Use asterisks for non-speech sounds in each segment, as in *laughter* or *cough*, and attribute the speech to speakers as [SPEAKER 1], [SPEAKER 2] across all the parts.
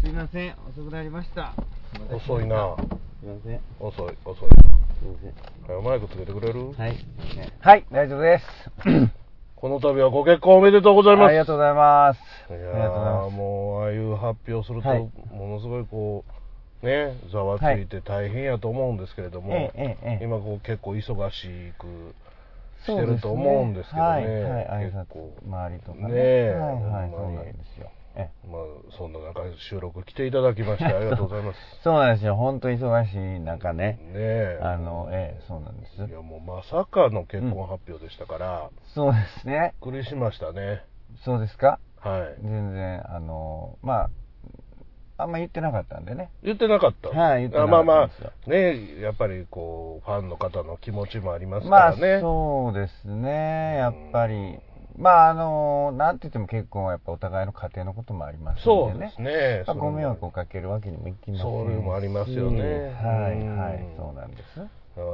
[SPEAKER 1] すいません遅くなりました
[SPEAKER 2] 遅いな
[SPEAKER 1] すいません
[SPEAKER 2] 遅い遅いな
[SPEAKER 1] すいません
[SPEAKER 2] 早うマイクつけてくれる、
[SPEAKER 1] はい。はい、大丈夫です。
[SPEAKER 2] この度はご結婚おめでとうございます
[SPEAKER 1] ありがとうございます。あ
[SPEAKER 2] い
[SPEAKER 1] り
[SPEAKER 2] や
[SPEAKER 1] がとうございま
[SPEAKER 2] ー
[SPEAKER 1] す。
[SPEAKER 2] もうああいう発表すると、
[SPEAKER 1] はい
[SPEAKER 2] ものすごいこうねざわついて大変やと思うんですけれども、
[SPEAKER 1] ええええええ
[SPEAKER 2] 今こう結構忙しくし
[SPEAKER 1] そうですね
[SPEAKER 2] てると思うんですけどね
[SPEAKER 1] はい、はい、挨
[SPEAKER 2] 結
[SPEAKER 1] 拶
[SPEAKER 2] 構、
[SPEAKER 1] 周りとかね。
[SPEAKER 2] ね
[SPEAKER 1] は
[SPEAKER 2] え
[SPEAKER 1] い、はい、
[SPEAKER 2] ほ
[SPEAKER 1] そうんな
[SPEAKER 2] ま
[SPEAKER 1] んで
[SPEAKER 2] に
[SPEAKER 1] すよ。ええ
[SPEAKER 2] まあそんな中収録来ていただき
[SPEAKER 1] *laughs*
[SPEAKER 2] ましてありがとうございます
[SPEAKER 1] そうなんですよ。本当忙しい中
[SPEAKER 2] ね
[SPEAKER 1] ね。
[SPEAKER 2] え
[SPEAKER 1] あの、ええ、そうなんです。
[SPEAKER 2] いやもうまさかの結婚発表でしたから、
[SPEAKER 1] そうですね。
[SPEAKER 2] びっくりしましたね
[SPEAKER 1] そうですか
[SPEAKER 2] はい
[SPEAKER 1] 全然、あの、まあ、あんま言ってなかったんでね。
[SPEAKER 2] 言ってなかった、
[SPEAKER 1] はい言ってなかった
[SPEAKER 2] あまあま
[SPEAKER 1] んですよ
[SPEAKER 2] あねやっぱりこうファンの方の気持ちもありますか
[SPEAKER 1] まあ
[SPEAKER 2] らね、
[SPEAKER 1] そうですね、やっぱり、まああの、なんて言っても結婚はやっぱお互いの家庭のこともあります
[SPEAKER 2] そ
[SPEAKER 1] の
[SPEAKER 2] う
[SPEAKER 1] で
[SPEAKER 2] で
[SPEAKER 1] ね
[SPEAKER 2] す、ね。
[SPEAKER 1] まあご迷惑をか
[SPEAKER 2] か
[SPEAKER 1] けるわけにもいきませんし
[SPEAKER 2] それもありますよね
[SPEAKER 1] はい
[SPEAKER 2] うん
[SPEAKER 1] はい、そうなんです。
[SPEAKER 2] だから、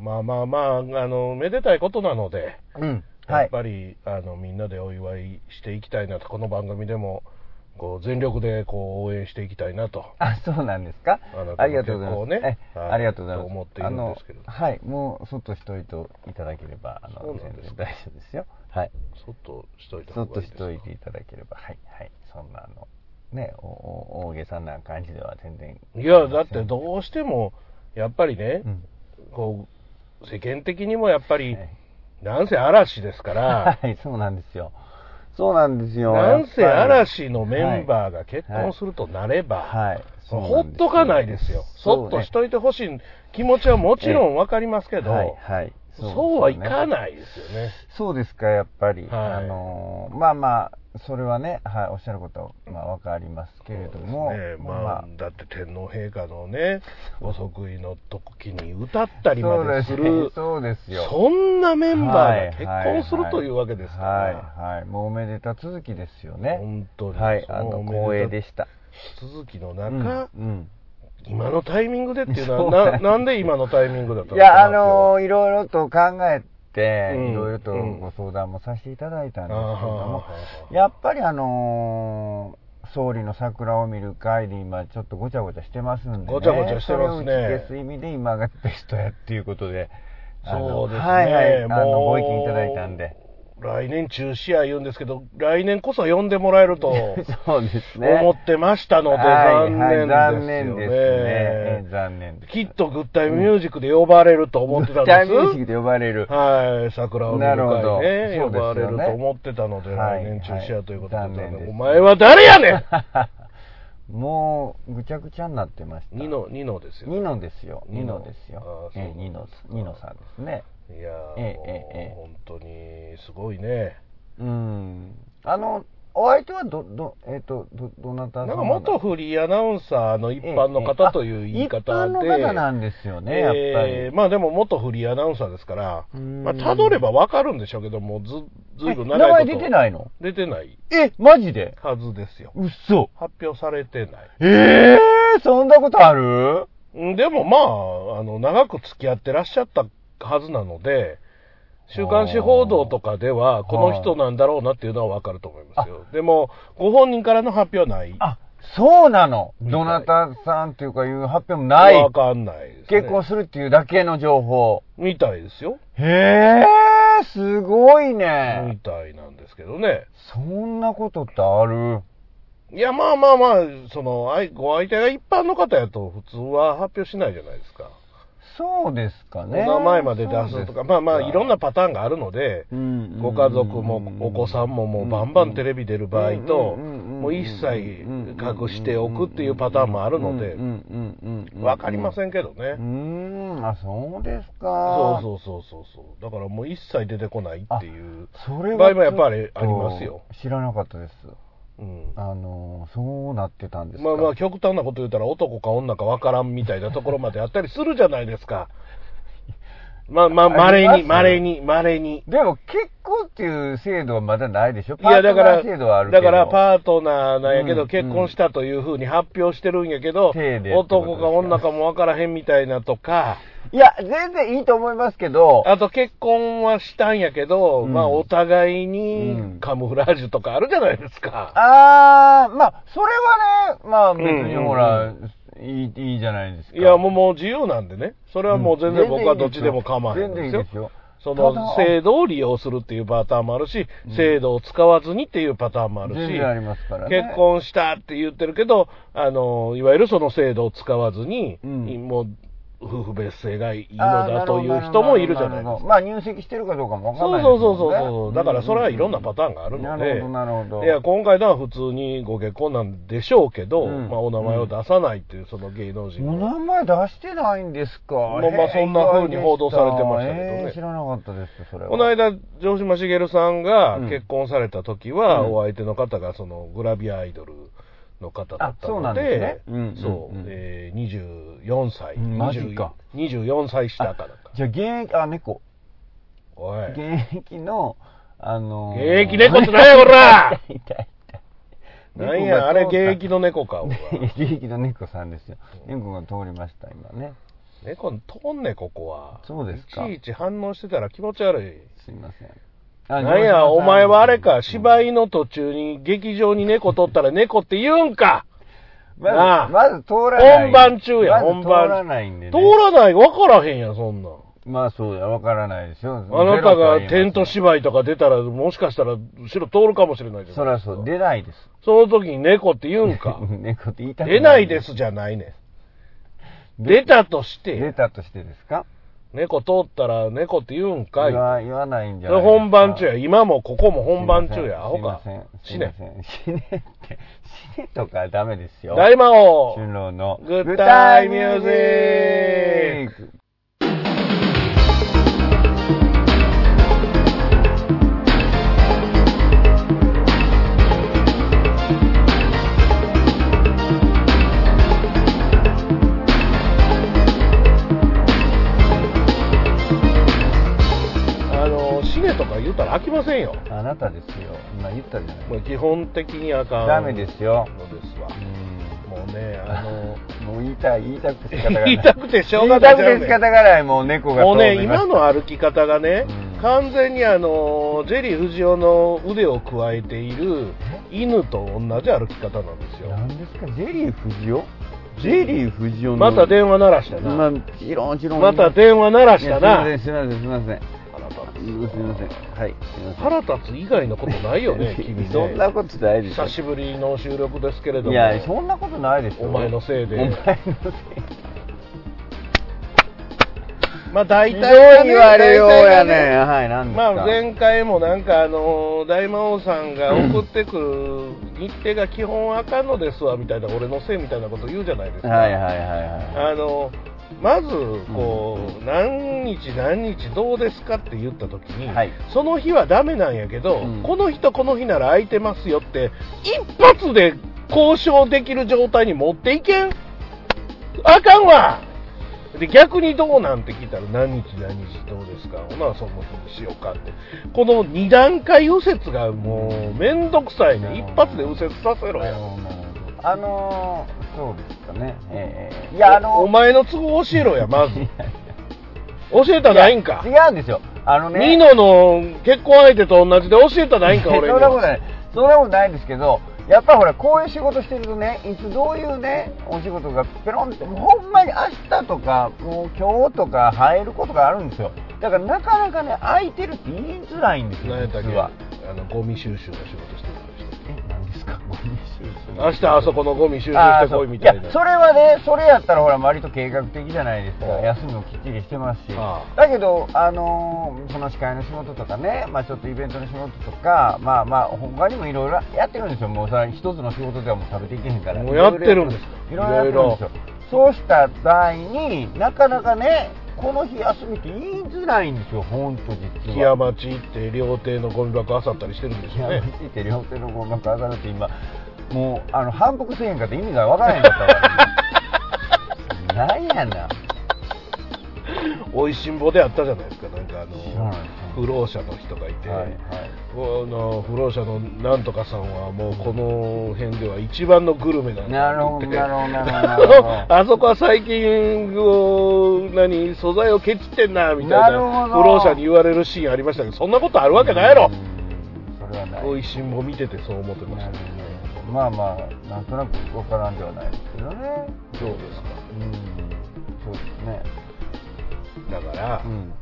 [SPEAKER 2] まあまあまあ、あの、めでたいことなので、
[SPEAKER 1] うん、は
[SPEAKER 2] やっ
[SPEAKER 1] い、
[SPEAKER 2] ぱり、あの、みんなでお祝いしていきたいなと、この番組でも、こう、全力で、こう、応援していきたいなと。
[SPEAKER 1] あ、そうなんですか
[SPEAKER 2] あなたの。
[SPEAKER 1] ありがとうございます。
[SPEAKER 2] 結婚をね
[SPEAKER 1] え
[SPEAKER 2] はい
[SPEAKER 1] ありがとうございます。
[SPEAKER 2] と思っているんですけど
[SPEAKER 1] あのはい、もうそっとしといていただければ、あ
[SPEAKER 2] そ
[SPEAKER 1] の
[SPEAKER 2] うなん
[SPEAKER 1] 全
[SPEAKER 2] です
[SPEAKER 1] 然
[SPEAKER 2] か
[SPEAKER 1] 大丈夫ですよ。はい。
[SPEAKER 2] そっとしといた
[SPEAKER 1] そ
[SPEAKER 2] 方
[SPEAKER 1] っと
[SPEAKER 2] がいい
[SPEAKER 1] し
[SPEAKER 2] ですか
[SPEAKER 1] といていただければ、はい、はい、そんなあの、ね、おお大げさな感じでは全然。
[SPEAKER 2] いや、だってどうしても、やっぱりね、
[SPEAKER 1] うん
[SPEAKER 2] こう、世間的にもやっぱり
[SPEAKER 1] はい、
[SPEAKER 2] なんせ嵐で
[SPEAKER 1] *laughs*
[SPEAKER 2] すから、
[SPEAKER 1] はい、そうなんですよ。そうなんですよ。
[SPEAKER 2] なんせ
[SPEAKER 1] やっぱり
[SPEAKER 2] 嵐のメンバーが結
[SPEAKER 1] は
[SPEAKER 2] 婚
[SPEAKER 1] い
[SPEAKER 2] するとなれば、
[SPEAKER 1] はい。そう
[SPEAKER 2] ほ
[SPEAKER 1] なん
[SPEAKER 2] っ
[SPEAKER 1] です
[SPEAKER 2] とかないですよ、そっとし
[SPEAKER 1] い
[SPEAKER 2] といてほしい気持ちはもちろんわかりますけど、
[SPEAKER 1] はい、はい。
[SPEAKER 2] そうはいか
[SPEAKER 1] い。
[SPEAKER 2] ないですよね。
[SPEAKER 1] そうですか、やっぱり。
[SPEAKER 2] はい
[SPEAKER 1] あのーまあまあ、それはね、はい、おっしゃることは、まあ、わかりますけれども、
[SPEAKER 2] そうですね
[SPEAKER 1] まあ
[SPEAKER 2] まあ、だって天皇陛下のね、お即位の時に歌ったり
[SPEAKER 1] そ
[SPEAKER 2] ま
[SPEAKER 1] うで
[SPEAKER 2] ですす
[SPEAKER 1] ね
[SPEAKER 2] る、
[SPEAKER 1] そうですよ。
[SPEAKER 2] そんなメンバーが
[SPEAKER 1] はい
[SPEAKER 2] 結婚するというわけですか
[SPEAKER 1] はい、
[SPEAKER 2] ら、
[SPEAKER 1] はいはい。もうおめでた続きですよね。
[SPEAKER 2] 本当に
[SPEAKER 1] はい、
[SPEAKER 2] その
[SPEAKER 1] あの、
[SPEAKER 2] おめでた
[SPEAKER 1] 光栄でした。
[SPEAKER 2] 続きの
[SPEAKER 1] うん
[SPEAKER 2] 中、
[SPEAKER 1] うん
[SPEAKER 2] 今のタイミングでっていう
[SPEAKER 1] そう
[SPEAKER 2] の
[SPEAKER 1] なん
[SPEAKER 2] は、
[SPEAKER 1] で
[SPEAKER 2] な
[SPEAKER 1] す
[SPEAKER 2] なんで今のタイミングだったの
[SPEAKER 1] い
[SPEAKER 2] かな
[SPEAKER 1] や、あ
[SPEAKER 2] って
[SPEAKER 1] のいろいろと考えて、
[SPEAKER 2] うん
[SPEAKER 1] いろいろと
[SPEAKER 2] うん
[SPEAKER 1] ご相談もさせていただいたんですけれども
[SPEAKER 2] あーはーはーは、ー
[SPEAKER 1] やっぱりあのー総理の桜を見る会で今ちょっとごちゃごちゃしてますんで、ね、
[SPEAKER 2] ごちゃごちゃしてますね
[SPEAKER 1] それを打ち消す意味で今がベストやっていうことで、あの
[SPEAKER 2] そうですね
[SPEAKER 1] はいはい、あの
[SPEAKER 2] もう
[SPEAKER 1] ご意見いただいたんで。
[SPEAKER 2] 来年中止や言うんですけど、来年こそ呼んでもらえると
[SPEAKER 1] *laughs* そうですね。
[SPEAKER 2] 思ってましたので、
[SPEAKER 1] はいはい
[SPEAKER 2] 残
[SPEAKER 1] 残
[SPEAKER 2] 念ですよね。
[SPEAKER 1] 念ですね。ええ残念です。
[SPEAKER 2] きっとグッタイミュージックで呼ばれると思ってたんです。
[SPEAKER 1] タイミュージックで呼ばれる。
[SPEAKER 2] はい、桜を見る
[SPEAKER 1] なるほどそう
[SPEAKER 2] 会ね、呼
[SPEAKER 1] ですよね
[SPEAKER 2] ばれると思ってたので、
[SPEAKER 1] はい
[SPEAKER 2] 来年中止やということ
[SPEAKER 1] はい
[SPEAKER 2] で、
[SPEAKER 1] 残念です
[SPEAKER 2] お前は誰やねん
[SPEAKER 1] もうぐちゃぐちゃになってました。
[SPEAKER 2] ニノ、ニノですよ、
[SPEAKER 1] ニノですよ。
[SPEAKER 2] ニ
[SPEAKER 1] ニ
[SPEAKER 2] ノ
[SPEAKER 1] ノです
[SPEAKER 2] あ
[SPEAKER 1] よ
[SPEAKER 2] あ。そう
[SPEAKER 1] ええ、ニノさん、ニノさんですね。
[SPEAKER 2] い
[SPEAKER 1] ええ
[SPEAKER 2] やー、
[SPEAKER 1] ええええ
[SPEAKER 2] もう本当にすごいね。
[SPEAKER 1] うん。あの、お相手はど、ど、えっ、と、ど、どなた
[SPEAKER 2] な
[SPEAKER 1] 様
[SPEAKER 2] んか元フリーアナウンサーの一般の
[SPEAKER 1] ええええ
[SPEAKER 2] 方という言い方で、
[SPEAKER 1] あ一般の方なんですよね、やっぱり。
[SPEAKER 2] えーまあでも元フリーアナウンサーですから、
[SPEAKER 1] うーん
[SPEAKER 2] まあ、たどればわかるんでしょうけども、ず、ずいぶん
[SPEAKER 1] え名
[SPEAKER 2] 長いこと。
[SPEAKER 1] 前出てないの
[SPEAKER 2] 出てない
[SPEAKER 1] え、マジで
[SPEAKER 2] はずですよ。
[SPEAKER 1] 嘘。
[SPEAKER 2] 発表されてない。
[SPEAKER 1] ええそんなことある
[SPEAKER 2] うんでもまあ、あの、長く付き合ってらっしゃったはずなので、週刊誌報道とかでは、この人なんだろうなっていうのはわかると思いますよ。でも、ご本人からの発表はない。
[SPEAKER 1] あ、そうなの。
[SPEAKER 2] みた
[SPEAKER 1] ど
[SPEAKER 2] い
[SPEAKER 1] なたさんっていうかいう発表もない。
[SPEAKER 2] わかんないです、ね。
[SPEAKER 1] 結婚するっていうだけの情報。
[SPEAKER 2] みたいですよ。
[SPEAKER 1] へえ、すごいね
[SPEAKER 2] み。たいなんですけどね。
[SPEAKER 1] そんなことってある
[SPEAKER 2] いや、まあまあまあ、その、あいご相手が一般の方やと、普通は発表しないじゃないですか。
[SPEAKER 1] そうですか
[SPEAKER 2] お
[SPEAKER 1] ね。
[SPEAKER 2] 名前まで出すとか、まあまあ、いろんなパターンがあるので、
[SPEAKER 1] ン
[SPEAKER 2] ご家族もお子さんももうバンバンテレビ出る場合と、もう一切隠しておくっていうパターンもあるので、わかりま
[SPEAKER 1] ん。
[SPEAKER 2] せんけど
[SPEAKER 1] うー
[SPEAKER 2] ね。
[SPEAKER 1] ん、あ、そうです
[SPEAKER 2] そ
[SPEAKER 1] か。
[SPEAKER 2] うそうそうそうそう。だからもう一切出てこないっていう。
[SPEAKER 1] それは
[SPEAKER 2] 場合もやっぱりあります
[SPEAKER 1] ち
[SPEAKER 2] よ
[SPEAKER 1] ょっと知らなかったです。
[SPEAKER 2] うん
[SPEAKER 1] あの、そうなってたんですか。
[SPEAKER 2] まあまあ、極端なこと
[SPEAKER 1] *laughs*
[SPEAKER 2] 言ったら男か女かわからんみたいなところまであったりするじゃないですか。まあまあ、
[SPEAKER 1] あります
[SPEAKER 2] 稀に、稀に、稀に。
[SPEAKER 1] でも結婚っていう制度はまだないでしょ
[SPEAKER 2] いや、だか
[SPEAKER 1] パートナー
[SPEAKER 2] ら、
[SPEAKER 1] 制度はあるけ
[SPEAKER 2] だ
[SPEAKER 1] ど。
[SPEAKER 2] からパートナーなんやけ
[SPEAKER 1] う
[SPEAKER 2] ど、
[SPEAKER 1] ん
[SPEAKER 2] 結婚したというふうに発表してるんやけど
[SPEAKER 1] 手で、
[SPEAKER 2] 男か女かもわからへんみたいなとか、
[SPEAKER 1] いや、全然いいと思いますけど、
[SPEAKER 2] あと結婚はしたんやけど、
[SPEAKER 1] うん
[SPEAKER 2] まあお互いうに
[SPEAKER 1] ん
[SPEAKER 2] カモフラージュとかあるじゃないですか。
[SPEAKER 1] あー、まあ、それはね、まあ別に
[SPEAKER 2] うん
[SPEAKER 1] ほら、いい、いいじゃないですか。
[SPEAKER 2] いや、もうもう自由なんでね。それはもう全然僕はどっちでも構わへんん
[SPEAKER 1] 全然い
[SPEAKER 2] で
[SPEAKER 1] い
[SPEAKER 2] す
[SPEAKER 1] で。
[SPEAKER 2] よ
[SPEAKER 1] すよ。
[SPEAKER 2] そ
[SPEAKER 1] た
[SPEAKER 2] の
[SPEAKER 1] だ
[SPEAKER 2] 制度を利用するっていうパターンもあるし
[SPEAKER 1] う、ん
[SPEAKER 2] 制度を使わずにっていうパターンもあるし、
[SPEAKER 1] 全然ありますからね。
[SPEAKER 2] 結。婚したって言ってるけど、あのいわゆるその制度を使わずに、
[SPEAKER 1] うん
[SPEAKER 2] もう夫婦別姓がいいの
[SPEAKER 1] あー
[SPEAKER 2] だという人もいるじゃないですか。
[SPEAKER 1] まあ入籍してるかどうかもわかん
[SPEAKER 2] そ
[SPEAKER 1] な
[SPEAKER 2] う
[SPEAKER 1] い
[SPEAKER 2] そうそうそうそう、だからそれ
[SPEAKER 1] れ
[SPEAKER 2] はいろんなパターンがある
[SPEAKER 1] な
[SPEAKER 2] の
[SPEAKER 1] る
[SPEAKER 2] で
[SPEAKER 1] ほど、、なるほど。
[SPEAKER 2] いや今回のは普通にご結婚なんでしょうけど、
[SPEAKER 1] うん
[SPEAKER 2] まあ、お名前を出さないっていう、その芸能人
[SPEAKER 1] お
[SPEAKER 2] の
[SPEAKER 1] 名前出してないんですか。
[SPEAKER 2] まあ
[SPEAKER 1] へー
[SPEAKER 2] まあそんな風に報道されてましたけどね
[SPEAKER 1] えー知らなかったです、それは。
[SPEAKER 2] この間、城島茂さんが
[SPEAKER 1] うん
[SPEAKER 2] 結婚された時は、
[SPEAKER 1] うん
[SPEAKER 2] お相手の方がそのグラビアアイドルの方だった
[SPEAKER 1] あそう
[SPEAKER 2] の
[SPEAKER 1] なんですね
[SPEAKER 2] で、
[SPEAKER 1] うん
[SPEAKER 2] そう
[SPEAKER 1] うんうん
[SPEAKER 2] えー24歳、
[SPEAKER 1] うんマジか
[SPEAKER 2] 20 24歳下からか。
[SPEAKER 1] じゃあ、現役、あ、猫。
[SPEAKER 2] おい、
[SPEAKER 1] 現役の、あのー、
[SPEAKER 2] 現役猫ってなんやこら
[SPEAKER 1] *laughs* 痛い痛い痛い
[SPEAKER 2] なんや、あれ、現役
[SPEAKER 1] の。
[SPEAKER 2] の猫か、お前
[SPEAKER 1] *laughs* 現役の猫さんですよ。猫が通りました、今ね。
[SPEAKER 2] 猫通んね、ここは。
[SPEAKER 1] そうですか
[SPEAKER 2] いちいち反応してたら気持ち悪い。
[SPEAKER 1] すいません。あ
[SPEAKER 2] なんや、お前はあれか、芝
[SPEAKER 1] 居。
[SPEAKER 2] 居の途中に劇場に猫撮ったら猫って言うんか
[SPEAKER 1] まず
[SPEAKER 2] なあ
[SPEAKER 1] まず通らない。
[SPEAKER 2] 本番中や
[SPEAKER 1] まず
[SPEAKER 2] 本番
[SPEAKER 1] 通らないんでね。
[SPEAKER 2] 通らない、わからへんやん、そんなん。
[SPEAKER 1] まあそうや、わからないですよ。
[SPEAKER 2] あなたがテント
[SPEAKER 1] し
[SPEAKER 2] 芝居とか出たら、もしかしたら後ろ通るかもしれないじゃ
[SPEAKER 1] そ
[SPEAKER 2] ない
[SPEAKER 1] ら
[SPEAKER 2] ですか
[SPEAKER 1] そう、出ないです。
[SPEAKER 2] その時に猫って言う
[SPEAKER 1] *laughs*
[SPEAKER 2] んか。
[SPEAKER 1] 猫って言いたく
[SPEAKER 2] 出ないで。すじゃないねん。出たとして
[SPEAKER 1] 出、たとしてですか
[SPEAKER 2] 猫通ったら猫って言うん
[SPEAKER 1] 言
[SPEAKER 2] かい。
[SPEAKER 1] わ言わないんじゃ
[SPEAKER 2] そ
[SPEAKER 1] ない
[SPEAKER 2] れ
[SPEAKER 1] ですか
[SPEAKER 2] 本番中や。今もここも本番中や。アホか
[SPEAKER 1] すいま。せ
[SPEAKER 2] 死
[SPEAKER 1] んすいま
[SPEAKER 2] ね。
[SPEAKER 1] せん。死ねって、死ねとかはダメですよ。
[SPEAKER 2] 大魔王
[SPEAKER 1] 春郎の
[SPEAKER 2] グッタイミュージッ
[SPEAKER 1] ク
[SPEAKER 2] あの、死ねとか言ったら飽きませんよ。
[SPEAKER 1] あなたですよ。今言ったじゃない
[SPEAKER 2] これ基本的にあかん。
[SPEAKER 1] ダメですよ。
[SPEAKER 2] のですわ。
[SPEAKER 1] う
[SPEAKER 2] もうね、あの、
[SPEAKER 1] んもう言いたい、 *laughs* 言いたくて仕方がない。
[SPEAKER 2] *laughs* 言いたくてしょうがな
[SPEAKER 1] 言
[SPEAKER 2] い
[SPEAKER 1] い
[SPEAKER 2] じ
[SPEAKER 1] た
[SPEAKER 2] ゃ
[SPEAKER 1] く
[SPEAKER 2] ん
[SPEAKER 1] て仕方がない。もう猫が
[SPEAKER 2] もう
[SPEAKER 1] 通
[SPEAKER 2] ね、
[SPEAKER 1] りま
[SPEAKER 2] 今
[SPEAKER 1] した
[SPEAKER 2] の歩き方がね、
[SPEAKER 1] うん
[SPEAKER 2] 完全にあのジェリー・藤尾の腕を加えている犬と同じ歩き方なんですよ。
[SPEAKER 1] 何ですかジェリー藤尾ジェリー藤尾の
[SPEAKER 2] また電話鳴らしたな。
[SPEAKER 1] まあチロンチロン
[SPEAKER 2] また電話鳴らしたな。
[SPEAKER 1] いやすいませんすいません
[SPEAKER 2] 腹立
[SPEAKER 1] すいませんすいませんはいすいません
[SPEAKER 2] つ腹立つ以外のことな
[SPEAKER 1] *laughs*
[SPEAKER 2] いよね、君ね。
[SPEAKER 1] そんなことないです
[SPEAKER 2] 久しぶりの収録ですけれども。
[SPEAKER 1] いやそんなことないですよ
[SPEAKER 2] お前のせいで
[SPEAKER 1] お前のせい
[SPEAKER 2] まあ大体
[SPEAKER 1] ひどい
[SPEAKER 2] がね
[SPEAKER 1] 言われようや
[SPEAKER 2] 大体
[SPEAKER 1] ね
[SPEAKER 2] が
[SPEAKER 1] はいなんです
[SPEAKER 2] ま
[SPEAKER 1] か
[SPEAKER 2] あ、前回もなんか、あの大魔王さんが送ってくる日程が基本あかんのですわみたいな、俺のせいみたいなこと言うじゃないですか、
[SPEAKER 1] はいはいはいはい
[SPEAKER 2] あのまずこう、何日、何日どうですかって言ったときに、
[SPEAKER 1] はい
[SPEAKER 2] その日はダメなんやけど、
[SPEAKER 1] うん
[SPEAKER 2] この日とこの日なら空いてますよって、一発で交渉できる状態に持っていけんあかんわで逆にどうなんて聞いたら何日何日どうですかほなその日にしようかってこの2段階右折がもうめんどくさいね一発で右折させろ
[SPEAKER 1] なる
[SPEAKER 2] や
[SPEAKER 1] ほどなるほどあのーそうですかねええいやあの
[SPEAKER 2] おお前の都合教
[SPEAKER 1] *laughs*
[SPEAKER 2] えろやまず
[SPEAKER 1] いや
[SPEAKER 2] 教えたないんか
[SPEAKER 1] 違うんですよあのね
[SPEAKER 2] ミノの結婚相手と同じで教えたないんか
[SPEAKER 1] いや
[SPEAKER 2] 俺に
[SPEAKER 1] *laughs* そんなこと
[SPEAKER 2] は
[SPEAKER 1] ないそんなことないんですけどやっぱりほらこういう仕事してるとねいつどういうねお仕事がペロンってもうほんまに明日とかもう今日とか入ることがあるんですよだからなかなかね空いてるって言いづらいんですよ
[SPEAKER 2] 何やったっ
[SPEAKER 1] 実
[SPEAKER 2] け
[SPEAKER 1] は
[SPEAKER 2] あのゴミ収集の仕事してるんでしたっ
[SPEAKER 1] え何ですかゴミ収集
[SPEAKER 2] け明日あそこのゴミ収集
[SPEAKER 1] あ
[SPEAKER 2] し
[SPEAKER 1] ー
[SPEAKER 2] て
[SPEAKER 1] そ
[SPEAKER 2] こ
[SPEAKER 1] う
[SPEAKER 2] いみたい
[SPEAKER 1] い
[SPEAKER 2] な
[SPEAKER 1] やそれはねそれやったらほら割と計画的じゃないですか
[SPEAKER 2] うん
[SPEAKER 1] 休みもきっちりしてますし
[SPEAKER 2] ああ
[SPEAKER 1] だけどあのーその司会の仕事とかねまあちょっとイベントの仕事とかまあまあ他にもいろいろやってるんですよもうさ一つの仕事ではもう食べていけへんから
[SPEAKER 2] もうやってるんです
[SPEAKER 1] いろいろやってるんですよそうした場合になかなかねこの日休みって言いづらいんですよ本当実
[SPEAKER 2] 木
[SPEAKER 1] は
[SPEAKER 2] 屋町行って料亭のゴミ箱あさったりしてるんでしょう
[SPEAKER 1] や *laughs* ば
[SPEAKER 2] ね
[SPEAKER 1] いって両手の合格上がるって今もうあの反復せえへんかって意味がわからへんかったわなんやな
[SPEAKER 2] おいしんぼであったじゃないですか、なんかあ
[SPEAKER 1] 知ら
[SPEAKER 2] の
[SPEAKER 1] ないですね、
[SPEAKER 2] 不老者の人がいて、
[SPEAKER 1] はいはい
[SPEAKER 2] この不老者のなんとかさんは、もうこの辺では一番のグルメだって
[SPEAKER 1] なるほど
[SPEAKER 2] 言って
[SPEAKER 1] なるほどなるほど
[SPEAKER 2] あそこは最近、こう何、素材をケチってんなみたい
[SPEAKER 1] な
[SPEAKER 2] な、
[SPEAKER 1] るほど
[SPEAKER 2] 不老者に言われるシーンありましたけど、そんなことあるわけないや
[SPEAKER 1] う
[SPEAKER 2] ろ
[SPEAKER 1] ん、それはない
[SPEAKER 2] おいしんぼ見ててそう思ってま
[SPEAKER 1] な
[SPEAKER 2] し
[SPEAKER 1] る
[SPEAKER 2] た。
[SPEAKER 1] ほどまあまあなんとなくわからんではないですけどね
[SPEAKER 2] そうですか
[SPEAKER 1] うんそうですね
[SPEAKER 2] だから、
[SPEAKER 1] うん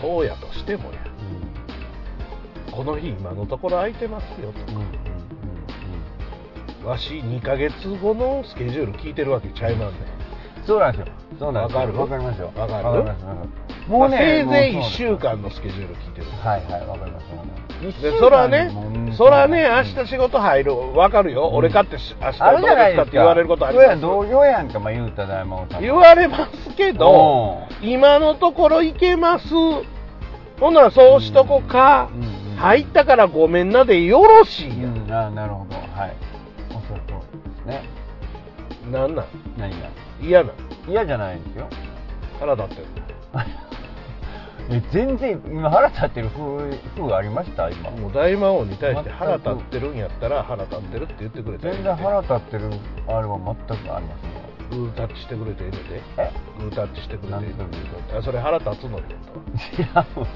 [SPEAKER 2] そうやとしてもやこの日今のところ空いてますよ
[SPEAKER 1] うんうんうんうん
[SPEAKER 2] とわし2ヶ月後のスケジュール聞いてるわけちゃいますね
[SPEAKER 1] うんそうなんですよそうなんですよ
[SPEAKER 2] わかる
[SPEAKER 1] わかりますよ
[SPEAKER 2] わかる
[SPEAKER 1] りますわかる
[SPEAKER 2] もうせいぜい
[SPEAKER 1] もう
[SPEAKER 2] 1
[SPEAKER 1] そう
[SPEAKER 2] 週間のスケジュール聞いてる
[SPEAKER 1] はいはいわかりますわかります
[SPEAKER 2] でそらね
[SPEAKER 1] うん
[SPEAKER 2] そらね明日仕事入るわかるよ、
[SPEAKER 1] うん
[SPEAKER 2] 俺かってし明日
[SPEAKER 1] あるじゃないで
[SPEAKER 2] どうですかっ
[SPEAKER 1] す
[SPEAKER 2] て
[SPEAKER 1] か
[SPEAKER 2] 言われることあります
[SPEAKER 1] そうや同業やんかまあ言うた大魔王さん
[SPEAKER 2] 言われますけど今のところ行けますほなそうしとこか、
[SPEAKER 1] うんうんうん
[SPEAKER 2] 入ったからごめんなでよろしいやん、
[SPEAKER 1] うんあなるほどはいおっしゃる通りですね
[SPEAKER 2] なんなん
[SPEAKER 1] 何が
[SPEAKER 2] 嫌なん
[SPEAKER 1] 嫌じゃないですよ
[SPEAKER 2] 腹立ってる
[SPEAKER 1] え全然今腹立ってる風風ありました今
[SPEAKER 2] もう大魔王に対して腹立ってるんやったら腹立ってるって言ってくれて
[SPEAKER 1] 全然腹立ってるあれは全くありませんよ
[SPEAKER 2] グータッチしてくれてええねんで
[SPEAKER 1] え
[SPEAKER 2] グータッチしてくれてええねん
[SPEAKER 1] なんて言う
[SPEAKER 2] であそれ腹立つ
[SPEAKER 1] *laughs*
[SPEAKER 2] のにやった
[SPEAKER 1] 違
[SPEAKER 2] わ *laughs*
[SPEAKER 1] う